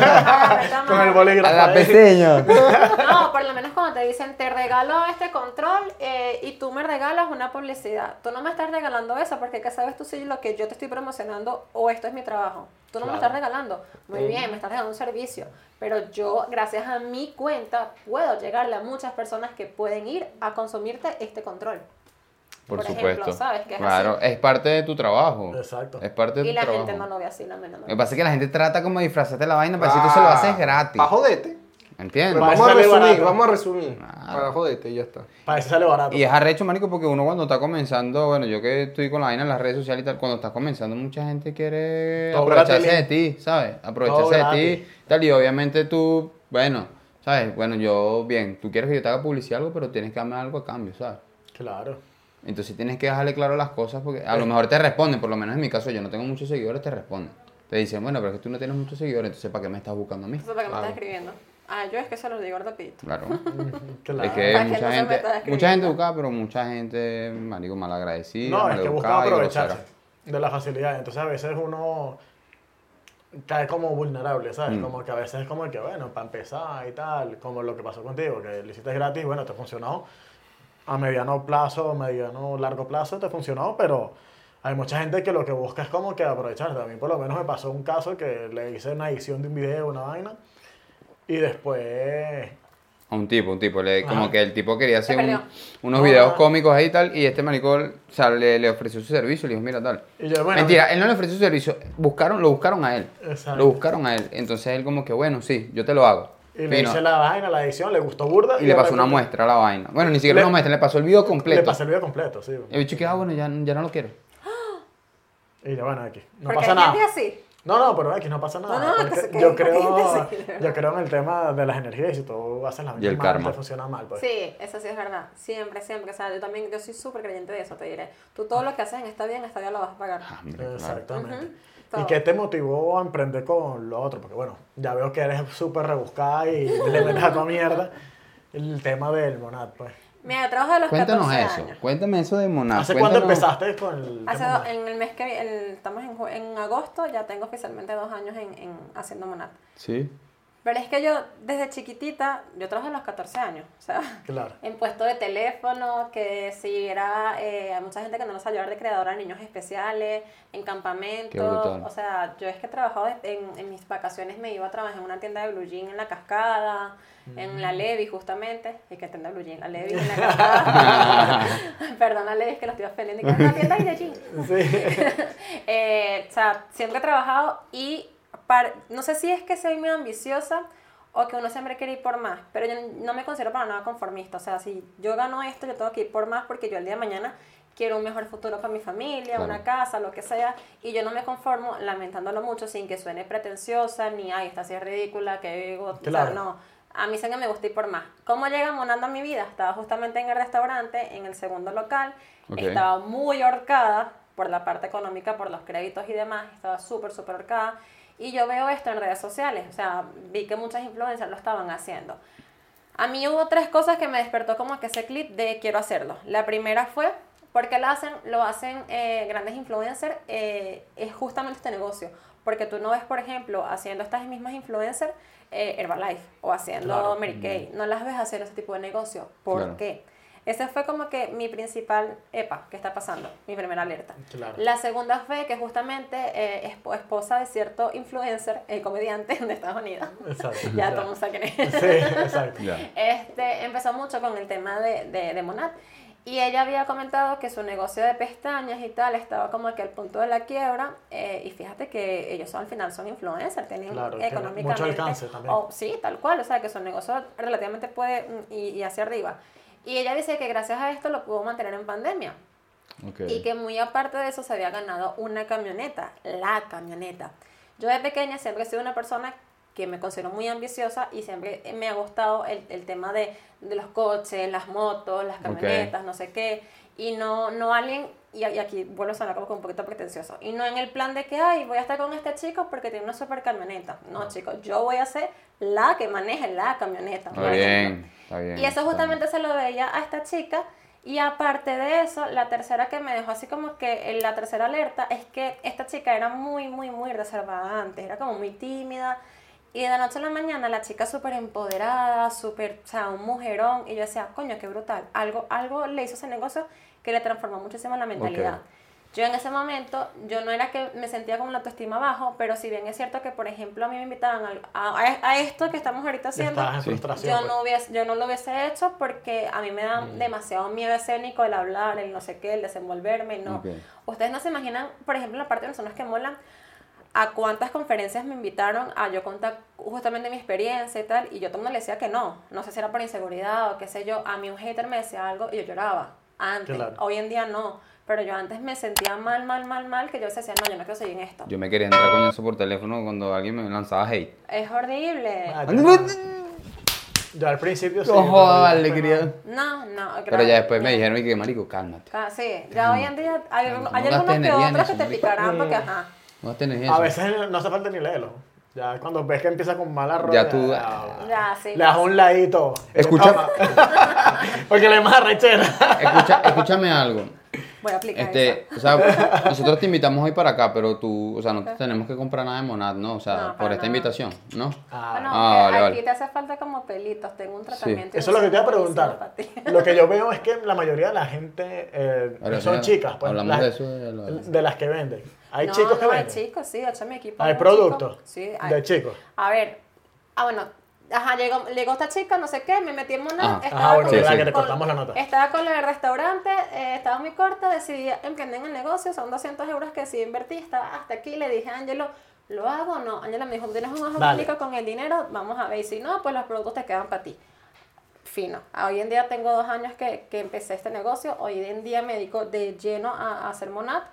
Ah, está
Con
mal.
el bolígrafo. ahí.
pequeña.
No, por lo menos cuando te dicen, te regalo este control eh, y tú me regalas una publicidad. Tú no me estás regalando eso porque ¿qué sabes tú si lo que yo te estoy promocionando o esto es mi trabajo? Tú no me
Claro.
estás regalando. Muy bien, me estás regalando un servicio. Pero yo, gracias a mi cuenta, puedo llegarle a muchas personas que pueden ir a consumirte este control.
Por,
Por
supuesto.
ejemplo, ¿sabes? Que es
claro, es parte de tu trabajo.
Exacto.
Es parte de
Y
tu
la
trabajo.
gente no lo ve así, la menos.
Eh,
Lo que pasa es que la gente trata como de disfrazarte la vaina para decir Pues, tú se lo
Ah.
haces gratis.
Para joderte. Pero
¿Entiendes?
Para
vamos a
hacerle
resumir,
barato.
vamos a resumir.
Claro.
Para joderte y ya está.
Para eso sale barato.
Y es arrecho, marico, porque uno cuando está comenzando, bueno, yo que estoy con la vaina en las redes sociales y tal, cuando estás comenzando, mucha gente quiere
Todo
aprovecharse
gratis.
de ti, ¿sabes?
Todo
Aprovecharse de ti,
gratis.
tal, y obviamente tú, bueno, ¿sabes? Bueno, yo, bien, tú quieres que yo te haga publicidad algo, pero tienes que darme algo a cambio, ¿sabes?
Claro.
Entonces tienes que dejarle claro las cosas porque a lo mejor te responden, por lo menos en mi caso, yo no tengo muchos seguidores, te responden. Te dicen, bueno, pero es que tú no tienes muchos seguidores, entonces ¿para qué me estás buscando a mí?
Entonces, ¿para qué me estás escribiendo? Ah, yo es que se los digo rapidito.
Claro.
Claro.
Es
Para que
que
no
mucha
se meta
gente,
escribiendo.
mucha gente buscaba, pero mucha gente, marico, malagradecida,
No, es que buscaba
maleducada y
aprovecharse
grosera.
de la facilidad. Entonces a veces uno cae como vulnerable, ¿sabes?
Mm.
Como que a veces es como que, bueno, para empezar y tal, como lo que pasó contigo, que lo hiciste gratis, bueno, te funcionó. A mediano plazo, mediano, largo plazo, te funcionó, pero hay mucha gente que lo que busca es como que aprovecharse. A mí por lo menos me pasó un caso que le hice una edición de un video, una vaina, y después...
A un tipo, un tipo, le-
Ajá.
como que el tipo quería hacer
Se
un-
peleó.
unos
No,
videos
no.
cómicos ahí y tal, y este marico, o sea, le, le ofreció su servicio, le dijo, mira, tal.
y yo, bueno,
Mentira, él no le ofreció su servicio, buscaron, lo buscaron a él.
Exacto.
Lo buscaron a él. Entonces él como que, bueno, sí, yo te lo hago.
Y le
Fino.
hice la vaina, la edición, le gustó burda.
Y le
de
pasó una
repente-
muestra a la vaina. Bueno, ni siquiera
Le-
una muestra, le pasó el video completo.
Le pasé el video completo, sí.
El bicho que, ah, bueno, ya, ya no lo quiero.
Y yo, bueno, aquí. No
porque
pasa
hay
nada.
gente así.
No, no, pero X no pasa nada.
No, no,
porque
entonces, ¿qué?
yo,
¿Qué
creo,
dices?
yo creo en el tema de las energías y si tú haces la
Y el
misma mal,
karma.
te funciona mal. Pues.
Sí, eso sí es verdad. Siempre, siempre. O sea, yo también, yo soy súper creyente de eso, te diré. Tú todo lo que haces en esta vida, en esta vida lo vas a pagar.
Ah, mira, claro.
Exactamente.
Todo.
¿Y qué te motivó a emprender con lo otro? Porque bueno, ya veo que eres súper rebuscada y le metes a tu mierda el tema del Monat, pues.
Mira, yo trabajo de los
Cuéntanos
14
eso,
años.
cuéntame eso de Monaco.
¿Hace cuándo
Ah, cuéntanos-
empezaste con el
Hace
tema
do- en el mes que vi- el- estamos en, ju- en agosto, ya tengo oficialmente dos años en, en haciendo Monat.
Sí.
Pero es que yo, desde chiquitita, yo trabajo de los 14 años. O sea,
Claro.
en puesto de teléfono, que si era, eh, hay mucha gente que no nos sabe llevar de creadora de niños especiales, en
Qué
campamentos,
brutal.
o sea, yo es que trabajaba de- en, en mis vacaciones, me iba a trabajar en una tienda de blue jean en la cascada, en la Levi justamente, y que tienda de blue jean, la Levi en la cascada, perdón, la Levi es que los estoy ofendiendo, y que es una tienda de blue jean.
Sí.
Eh, o sea, siempre he trabajado y par- no sé si es que soy muy ambiciosa o que uno siempre quiere ir por más, pero yo no me considero para nada conformista. O sea, si yo gano esto, yo tengo que ir por más porque yo el día de mañana quiero un mejor futuro para mi familia,
Claro.
una casa, lo que sea, y yo no me conformo lamentándolo mucho sin que suene pretenciosa ni, ay, esta sí es ridícula, que digo, o
Claro.
sea, no. A mí siempre me gusta ir por más. ¿Cómo llega Monando a mi vida? Estaba justamente en el restaurante, en el segundo local,
Ok.
estaba estaba muy horcada por la parte económica, por los créditos y demás, estaba súper, súper horcada. Y yo veo esto en redes sociales, o sea, vi que muchas influencers lo estaban haciendo. A mí hubo tres cosas que me despertó como que ese clip de quiero hacerlo. La primera fue, porque lo hacen, lo hacen eh, grandes influencers, eh, es justamente este negocio. Porque tú no ves, por ejemplo, haciendo estas mismas influencers eh, Herbalife o haciendo
Claro.
Mary Kay. No las ves hacer ese tipo de negocio. ¿Por
Claro.
qué? Ese fue como que mi principal, epa, ¿qué está pasando? Mi primera alerta.
Claro.
La segunda fue que justamente eh, esp- esposa de cierto influencer, eh, comediante de Estados Unidos.
Exacto.
ya todo el mundo sabe quién es.
Sí, exacto.
Ya.
Este, empezó mucho con el tema de, de, de Monat. Y ella había comentado que su negocio de pestañas y tal estaba como que al punto de la quiebra. eh, y fíjate que ellos al final son influencers, tienen
Claro, tienen
económicamente.
mucho alcance también.
o- sí, tal cual. O sea, que su negocio relativamente puede mm, y, y hacia arriba. Y ella dice que gracias a esto lo pudo mantener en pandemia.
Ok.
Y que muy aparte de eso se había ganado una camioneta, la camioneta. Yo de pequeña siempre he sido una persona que me considero muy ambiciosa y siempre me ha gustado el, el tema de, de los coches, las motos, las camionetas, no sé qué. Y no, no alguien, y, y aquí vuelvo a sonar como que un poquito pretencioso, y no en el plan de que, ay, voy a estar con este chico porque tiene una super camioneta. No, chicos, yo voy a ser la que maneje la camioneta.
Está
por ejemplo.
bien, está bien.
Y eso justamente se lo veía a esta chica. Y aparte de eso, la tercera que me dejó así como que eh, la tercera alerta es que esta chica era muy, muy, muy reservada antes, era como muy tímida. Y de la noche a la mañana la chica súper empoderada, súper, o sea, un mujerón. Y yo decía, coño, qué brutal. Algo, algo le hizo ese negocio que le transformó muchísimo la mentalidad. Yo en ese momento, yo no era que me sentía con la autoestima bajo, pero si bien es cierto que, por ejemplo, a mí me invitaban a, a- a esto que estamos ahorita
Ya
haciendo,
estás en
Sí.
frustración.
yo
pues.
no, hubiese, yo no lo hubiese hecho porque a mí me da demasiado miedo escénico el hablar, el no sé qué, el desenvolverme, no.
Ok.
Ustedes no se imaginan, por ejemplo, la parte de personas que molan, a cuántas conferencias me invitaron a yo contar justamente mi experiencia y tal, y yo todo el mundo le decía que no, no sé si era por inseguridad o qué sé yo, a mí un hater me decía algo y yo lloraba, antes,
Claro.
hoy en día no, pero yo antes me sentía mal, mal, mal, mal, que yo decía, no, yo no quiero seguir en esto.
Yo me quería entrar coñazo por teléfono cuando alguien me lanzaba hate.
Es horrible.
Ah, ya. Yo al principio sí.
No
pero ya
jodas,
después
alegría.
no.
No, no,
Pero ya después me
dijeron
dijeron y que marico, cálmate.
Ah, sí, ya hoy en día hay,
no
hay
gastes
algunos que
energía en
otros que
eso,
te
marico.
picarán porque ajá.
No tenés eso.
A veces no hace falta ni leerlo. Ya cuando ves que empieza con mala ropa.
Ya tú-
Ya, sí.
Le das un ladito.
Escucha-
Toma. Porque le más rechera.
Escucha, escúchame algo.
Voy a aplicar
Este,
eso.
o sea, nosotros te invitamos hoy para acá, pero tú, o sea, no tenemos que comprar nada de Monad, ¿no? O sea,
No, para
por esta
nada.
invitación, ¿no?
Ah,
Ah, no,
Ah,
que
vale,
aquí
vale.
te hace falta como pelitos, tengo un tratamiento.
Eso es lo que te iba a preguntar.
buenísimo para ti.
Lo que yo veo es que la mayoría de la gente eh,
Ahora,
son
ya
chicas. pues,
hablamos
las-
de eso de la-
de las que venden. Hay
No,
chicos que
no,
venden.
Hay chicos, sí, de hecho mi equipo.
Hay
es un chico-
productos
Sí,
de chicos.
A ver, ah, bueno, ajá, llegó, llegó esta chica, no sé qué, me metí en una.
Ajá.
estaba
Ajá, bueno,
verdad que
te cortamos la nota.
Estaba con la del restaurante, eh, estaba muy corta, decidí emprender en el negocio, son 200 euros que decidí invertir, estaba hasta aquí, le dije a Ángelo, ¿lo hago o no? Ángela me dijo, tienes un ojo
Dale.
público con el dinero, vamos a ver, y si no, pues los productos te quedan para ti. Fino. Ah, Hoy en día tengo dos años que, que empecé este negocio, hoy en día me dedico de lleno a, a hacer Monat.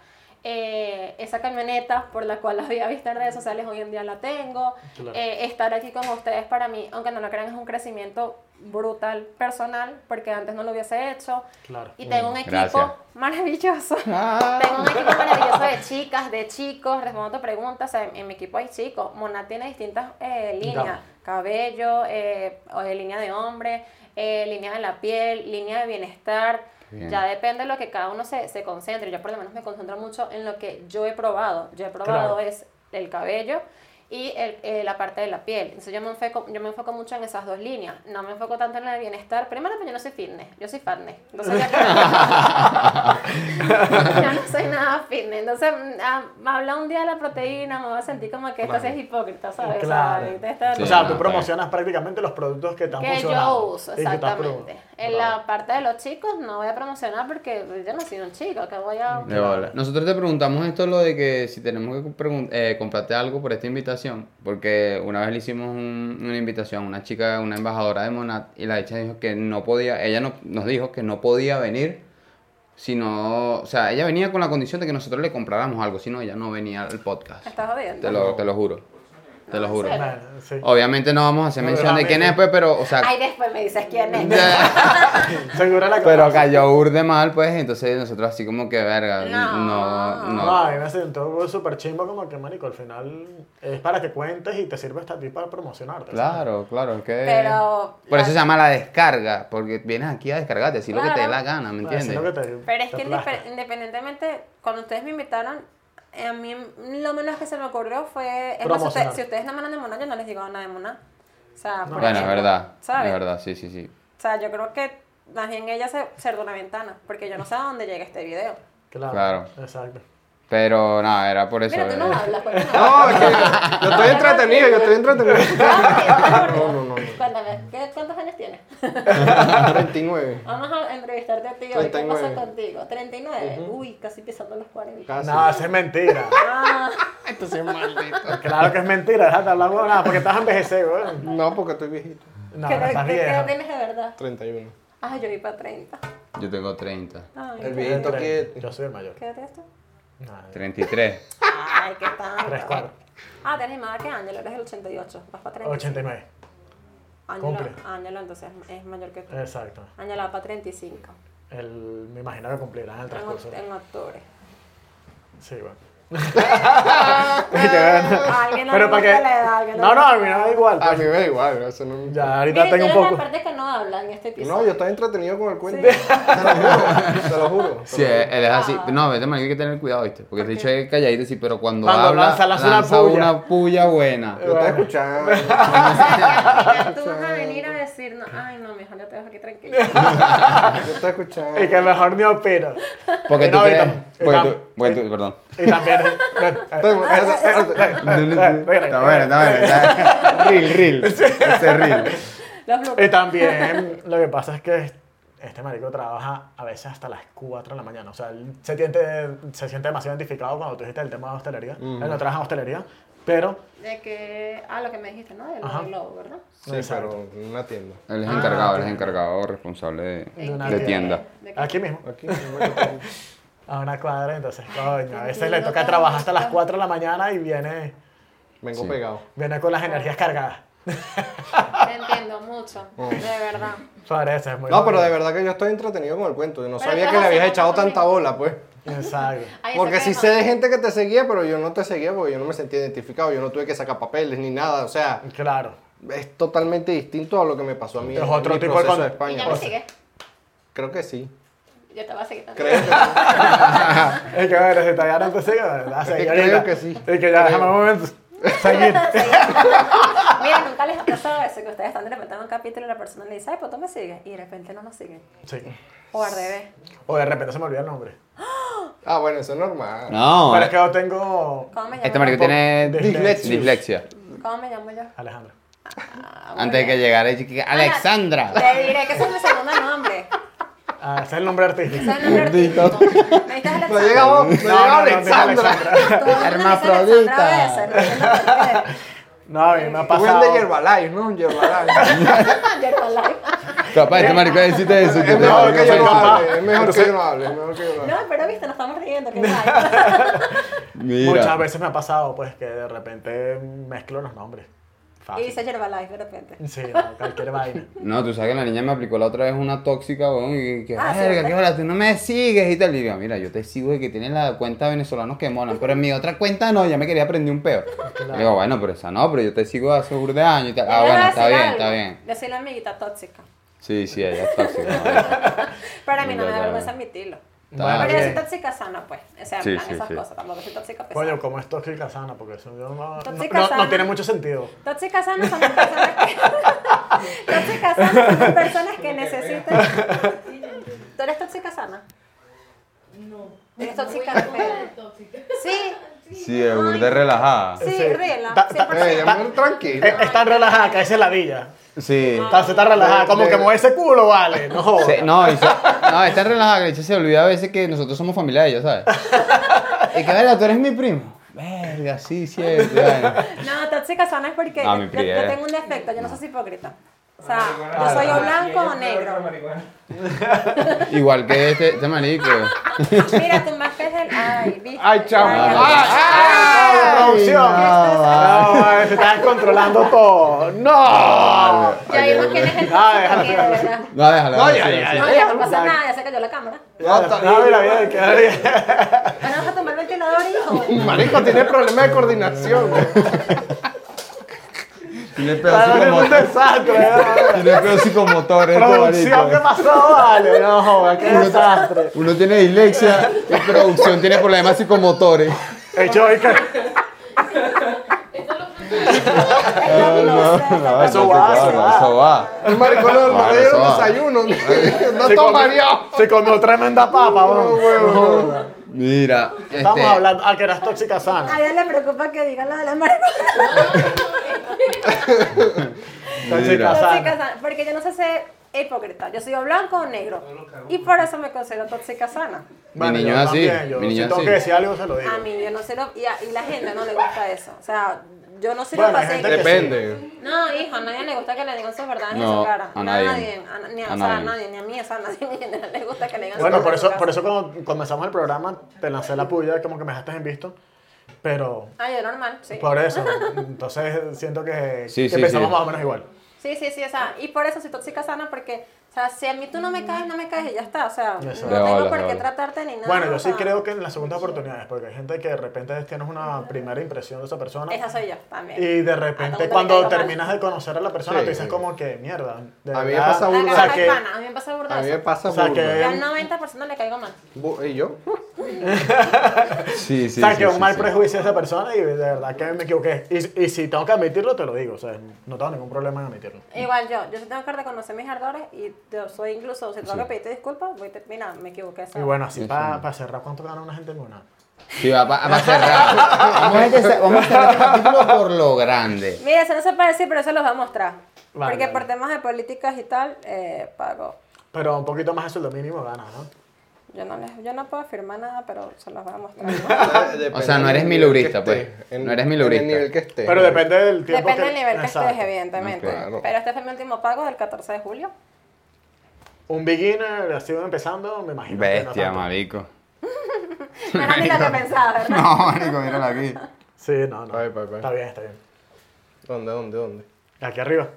Eh, esa camioneta por la cual la había visto en redes sociales, hoy en día la tengo.
Claro.
Eh, estar aquí con ustedes para mí, aunque no lo crean, es un crecimiento brutal personal, porque antes no lo hubiese hecho.
Claro.
Y tengo un equipo
gracias.
maravilloso. Tengo un equipo maravilloso de chicas, de chicos, respondo a preguntas. o sea, en, en mi equipo hay chicos. Monat tiene distintas eh, líneas.
Gama.
Cabello, eh, o de línea de hombre, eh, línea de la piel, línea de bienestar.
Bien.
Ya depende de lo que cada uno se, se concentre. Yo por lo menos me concentro mucho en lo que yo he probado. Yo he probado
Claro.
es el cabello y el- eh, la parte de la piel. Entonces yo me, enfoco, yo me enfoco mucho en esas dos líneas. No me enfoco tanto en la de bienestar. Primero, porque yo no soy fitness, yo soy fitness. Entonces yo no soy nada fitness. Entonces, mm, ah, me habla un día de la proteína, me voy a sentir como que esta sí es hipócrita, ¿sabes? O sea,
Claro.
ahorita esta-
Sí,
o sea,
no,
tú
está
promocionas prácticamente los productos que te han
que
funcionado.
yo uso,
y que te has
exactamente.
probado.
En la parte de los chicos no voy a promocionar porque yo no soy un chico, que voy a...
De bola. Nosotros te preguntamos esto, lo de que si tenemos que pregun- eh, comprarte algo por esta invitación, porque una vez le hicimos un- una invitación a una chica, una embajadora de Monat, y la hecha dijo que no podía, ella no- nos dijo que no podía venir, sino, o sea, ella venía con la condición de que nosotros le compráramos algo, si no, ella no venía al podcast.
Me estás jodiendo.
Te lo, te lo juro, te lo
¿En
juro.
serio?
Nah, sí.
Obviamente no vamos a hacer
No,
mención de quién
obviamente.
es, pues, pero, o sea...
Ay, después me dices quién es.
Seguro la
Pero
conoces.
cayó urde mal, pues, entonces nosotros así como que, verga,
No.
no,
No,
no.
a mí me sentó súper chimbo como que, marico, al final es para que cuentes y te sirve hasta a ti para promocionarte.
Claro, claro, es que...
Pero...
Por eso se llama la descarga, porque vienes aquí a descargarte, así lo que te dé
Claro.
la gana, ¿me entiendes?
Pero es que indifer- independientemente, cuando ustedes me invitaron, a mí lo menos que se me ocurrió fue. Es más, si, usted-
Promocionar.
si ustedes no me hablan de Moná, yo no les digo nada de Moná. O sea, por
Bueno, es
ejemplo,
verdad,
¿sabes?
es verdad, sí, sí, sí.
O sea, yo creo que más bien ella se cerró una ventana, porque yo no sé a dónde llega este video.
Claro.
Claro.
Exacto.
Pero no, era por eso.
Mira, tú no
eh.
hablas, ¿por qué no?
No, es que yo estoy entretenido, yo estoy entretenido.
Ah,
No, no, no.
Cuéntame, ¿qué- ¿cuántos años tienes?
39.
Vamos a entrevistarte a ti hoy. ¿Qué pasa
39.
contigo? 39. Uy, casi pisando los 40.
Casi.
No, eso es mentira.
Ah,
Claro que es mentira, déjate hablar huevonada, porque estás envejecido, weón.
No, porque estoy viejito.
No,
¿qué,
no estás
qué- qué edad
viejo.
tienes de verdad?
31.
Ah, yo vi para 30.
Yo tengo 30.
Ay,
El
¿qué-
viejito que.
Yo soy el mayor.
¿Qué edad tienes tú?
33.
Ay, qué tanto.
Tres cuartos.
Ah, tienes más edad que Ángelo, eres el 88. Vas para 30.
89.
Ángelo,
cumple.
Ángelo, entonces es mayor que tú.
Eh.
Exacto.
Ángelo va para 35.
El, me imagino que cumplirás en el
En,
transcurso.
oct- en octubre.
Sí, bueno.
Alguien no
Pero para
que...
que. No, no, a mí no me da igual.
A
pues.
mí me da igual, eso no.
Ya, ahorita
Mira,
tengo un poco.
parte que no habla en este episodio.
No, yo estoy entretenido con el cuento. Te lo juro. Te lo juro.
Sí, eh, él es así.
Ah.
No, vete, man, hay que tener cuidado, ¿viste? Porque te he dicho ahí calladito, sí, pero cuando,
Cuando
habla,
lanza- lanza una puya.
una puya buena.
Yo estoy escuchando.
Ya tú vas a venir a decir, no, ay, no, mejor yo te dejo aquí tranquilo.
Yo estoy escuchando.
Y que mejor ni opino.
Porque
Y
tú
Eh, no, y
crees...
tam- y
Porque
tam-
tú... Porque tú... Perdón.
Y también. Eh,
Está bueno, está bueno. está- Reel, reel. Ese reel.
Los bloopers.
Y también lo que pasa es que este marico trabaja a veces hasta las 4 de la mañana. O sea, él se siente, se siente demasiado identificado cuando tú dijiste el tema de hostelería. Él no trabaja en hostelería, pero
De que, ah, lo que me dijiste, ¿no? De lo
Ajá.
del lobo, ¿verdad?
Sí, pero en una tienda.
Él es encargado, él es encargado responsable de,
De una
de
tienda.
tienda.
De que-
aquí mismo,
Aquí. no me lo tengo.
a una cuadra, entonces, coño, a veces le toca trabajar hasta las 4 de la mañana y viene,
Vengo
Sí.
pegado.
viene con las energías cargadas.
Te entiendo mucho,
Oh.
de verdad.
Parece, es muy
No, pero de
jodido.
verdad que yo estoy entretenido con el cuento. Yo no
Pero
sabía
estás
que le habías
haciendo
echado
cosas
tanta bola, pues.
Exacto.
Ay, eso
Porque
que
sí
no-
sé de gente que te seguía, pero yo no te seguía porque yo no me sentía identificado. Yo no tuve que sacar papeles ni nada. O sea,
Claro.
es totalmente distinto a lo que me pasó a mí.
Es
en
otro
mi
tipo de
proceso
con-
de
Y
España.
ya me sigue.
Creo que sí.
Yo te voy a seguir también.
Creo que sí.
Es que bueno, si todavía no te sigue, ¿verdad?
que
Señorita.
creo que sí.
Es que ya, déjame un momento. Seguir.
Mira, nunca les ha pasado eso, que ustedes están de repente en un capítulo y la persona le dice, ay, pues tú me sigues, y de repente no nos siguen.
Sí.
O al revés.
O de repente se me olvida el nombre.
Ah, bueno, eso es normal.
No,
Pero es que yo tengo
¿Cómo me llamo?
este marico
yo?
tiene
Dislexia.
dislexia. Ah,
¿Cómo me llamo yo?
Alejandra.
Ah, muy
Antes de que
bien.
llegara, yo dije, Alexandra.
Te diré que ese es mi segundo nombre.
Ah, ese es el nombre
Ese
artístico.
es el nombre
Gordito.
artístico. Me dices
No
Alexandra.
llega, vos, no
No,
llega
no, no, no,
Alexandra.
Todo
Alexandra.
el mundo me dice Alexandra a
Hermafrodita.
veces, no entiendo por qué.
No, a mí me ha
Tú vendes
pasado.
Herbalife, ¿no? Herbalife.
Capaz, este marico decirte eso.
es
yo te-
mejor que yo no
capaz.
hable. Es mejor que yo no hable. Es mejor que yo no hable.
No, pero viste, nos estamos riendo, qué guay.
Mira.
Muchas veces me ha pasado, pues, que de repente mezclo los nombres.
Y
Fácil.
dice Herbalife de repente.
Sí, no, cualquier vaina.
No, tú sabes que la niña me aplicó la otra vez una tóxica, weón, y que,
Ah, sí,
verga,
¿verdad?
qué bola, tú no me sigues y tal. Y digo, mira, yo te sigo de que tienes la cuenta de venezolanos que molan, pero en mi otra cuenta no, ya me quería prender un peo. Y digo, bueno, pero esa no, pero yo te sigo hace un de años y tal. Ah,
Yo les voy
bueno,
a
está
decir
bien,
algo.
está bien.
Yo soy la amiguita tóxica.
Sí, sí, ella es tóxica. marico.
Pero a mí no me
Ya,
da
ya.
vergüenza admitirlo.
Está
pero yo soy
bien.
tóxica sana, pues. O sea, en
Sí,
plan,
sí,
esas
sí.
cosas. Tampoco soy tóxica pues. pesada.
Coño, como es tóxica sana, porque eso yo no, no,
Tóxica
no- no
sana.
tiene mucho sentido.
Tóxicas sanas son las personas que... tóxicas sanas son las personas que necesitan... ¿Tú eres tóxica sana?
No.
Eres tóxica
Muy
de pena.
Tóxica.
Sí,
Sí, es burda relajada.
sí,
Sí.
rela,
Ta- ta-
100%.
Eh, ya me- tranquilo.
Es, es tan relajada que esa es la villa.
Sí.
Está, se está relajada, como que mueve ese culo, vale. No jodas.
Se- no, y se- no, está relajada, que de hecho se olvida a veces que nosotros somos familia de ella, ¿sabes? Y que, verga, tú eres mi primo. Verga, sí, cierto. bueno.
No, tóxica sana es porque
No,
yo,
mi
yo
priera.
tengo un defecto, yo no, soy hipócrita. O sea,
Marihuana.
yo soy o blanco
Y
o
ella es peor que la
negro.
marihuana.
Igual que este, este marico.
Ah, Mira, tu más que es el. Ay, viste.
Ay, chamo.
Ay,
Ay,
¡Ah!
Ay,
¡Producción!
no,
No, man, se está descontrolando todo. ¡No!
Ya vimos quién es el
Ah,
tóxico
déjalo,
aquí, de
déjalo.
verdad.
No, déjalo.
No,
déjalo,
ya,
sí,
ya,
sí.
No, ya no pasa nada, ya se cayó la cámara.
Ya está.
No, mira, mira, queda bien.
Ahora vas a tomar el ventilador, hijo.
Marico, tiene problemas de coordinación. güey.
Tiene pedo
Está en un
psicomotor.
desastre. ¿eh?
Tiene pedo psicomotor, este
Producción, ¿qué
marico.
pasó? Vale, no, joder, qué desastre.
Uno tiene dislexia y producción tiene problemas psicomotores.
Hecho, hoy que-
Eso lo puse Es lo mismo, es la-
eso va, eso va.
Eso va.
El maricón no
Bueno,
me dio
Ah, eso
un
va.
desayuno. No
Se
toma
comió-
Dios.
Se comió tremenda papa,
No,
weón.
huevo, no.
Mira,
Estamos
Este-
hablando a que eras tóxica sana.
A ella le preocupa que diga lo de la marihuana.
Tóxica
Mira.
Tóxica
sana.
sana, porque yo no sé ser hipócrita. Yo soy o blanco o negro. Y por eso me considero tóxica sana.
Bueno,
niño
yo
es así,
también, yo
mi niño
si
es
tengo
así.
que decir algo, se lo digo.
A mí yo no sé lo- y, a- y la gente no le gusta eso. O sea, yo no sé
Bueno,
lo
hay
que
gente
hacer.
que-
Depende.
No, hijo, a nadie le gusta que le digan sus verdades en
No,
su cara.
a
No,
nadie.
a- ni a,
A
o sea, a
nadie.
nadie, ni a mí, o sea, a nadie en general le gusta que le digan
Bueno,
sus
por eso,
verdades.
por eso cuando comenzamos el programa, te lancé la puya, como que me dejaste en visto. Pero
Ah, yo normal, sí.
por eso, entonces siento que,
Sí,
que
sí,
pensamos
sí.
más o menos igual.
Sí, sí, sí, o sea, y por eso soy tóxica sana porque, o sea, si a mí tú no me caes, no me caes y ya está, o sea, no
Exacto.
De
tengo
bola,
por
de
qué
bola.
tratarte ni nada.
Bueno, yo
o
sí
sea,
creo que en las segundas oportunidades, porque hay gente que de repente tienes una primera impresión de esa persona.
Esa soy yo también.
Y de
Ah,
repente
también
cuando
caigo mal.
terminas de conocer a la persona,
Sí.
tú dices como que mierda. de
A mí me
verdad,
pasa
La
burda.
o
caraja
sea,
es
que,
pana, a mí me pasa burda
A mí me
eso.
pasa
O sea,
burda.
que-
Yo al 90% le caigo mal.
Bu- ¿Y yo?
sí, sí.
o sea,
sí,
que un
sí,
mal
sí.
prejuicio de esa persona y de verdad que me equivoqué. Y, y si tengo que admitirlo, te lo digo. O sea, no tengo ningún problema en admitirlo.
Igual yo, yo sí tengo que reconocer mis ardores y yo soy incluso, si tengo que pedirte disculpas, voy a te- mira, me equivoqué. o sea,
Y bueno, así
Sí,
para
sí.
cerrar, ¿cuánto gana una gente en una?
Sí, va pa- va a cerrar. Vamos a empezar- vamos a cerrar este capítulo por lo grande.
Mira, eso no se puede decir, pero eso los va a mostrar.
Vale,
Porque
vale.
por temas de políticas y tal, eh, pago.
Pero un poquito más de sueldo mínimo ganas, ¿no?
Yo no, les, yo no puedo afirmar nada, pero se los voy a mostrar.
O sea, no eres
Depende del
milubrista,
nivel que
pues.
esté. En-
No eres milubrista.
En el nivel que esté.
Pero depende del tiempo
Depende
que-
del nivel que estés,
Exacto.
evidentemente.
Ah,
claro.
Pero este fue mi último pago del 14 de julio.
Un beginner, así empezando, me imagino. que no
Bestia,
tanto.
marico.
No era ni lo que pensaba, ¿verdad?
No, marico, míralo aquí.
Sí, no, no.
Ay, ay, ay.
Está bien, está bien.
¿Dónde, dónde, dónde?
Aquí arriba.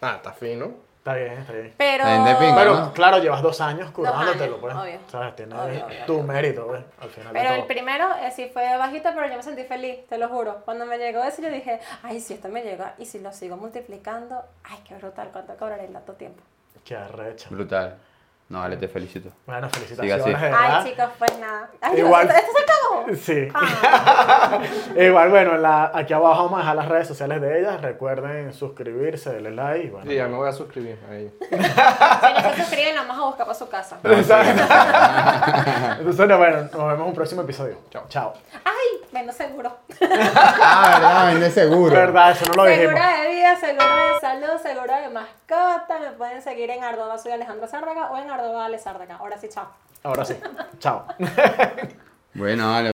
Ah, está fino.
Está bien, está bien.
Pero...
La gente pinga,
Pero
¿no?
claro, llevas dos años
años,
curándote pues.
obvio.
¿Sabes? Tienes
Obvio, obvio,
tu mérito, pues, al final. de
Pero el
todo.
primero eh, sí fue bajito, pero yo me sentí feliz, te lo juro. Cuando me llegó eso, yo dije, ay, si esto me llega y si lo sigo multiplicando, ay, qué brutal, cuánto cobraré en tanto tiempo.
Qué arrecho.
Brutal. No, vale, te felicito.
Bueno, felicitaciones,
así.
de verdad.
Ay, chicos, pues nada. Ay,
Igual.
Dios, ¿Esto se acabó?
Sí. E
Ah,
Igual, bueno, en la, aquí abajo vamos a dejar las redes sociales de ellas. Recuerden suscribirse, darle like. y Bueno,
Sí, ya me voy a suscribir a ella.
si no se suscriben, la vamos a buscar para su casa.
Entonces, no, bueno, nos vemos en un próximo episodio. Chao. Chao.
Ay, menos seguro.
Ah, verdad, vende seguro.
Verdad, eso no lo dijimos.
Seguro de vida, seguro de salud, seguro de mascota. Me pueden seguir en arroba soy Alejandro Sárraga o en arroba Ale Sárraga. Ahora sí, chao.
Ahora sí. Chao.
Bueno, vale.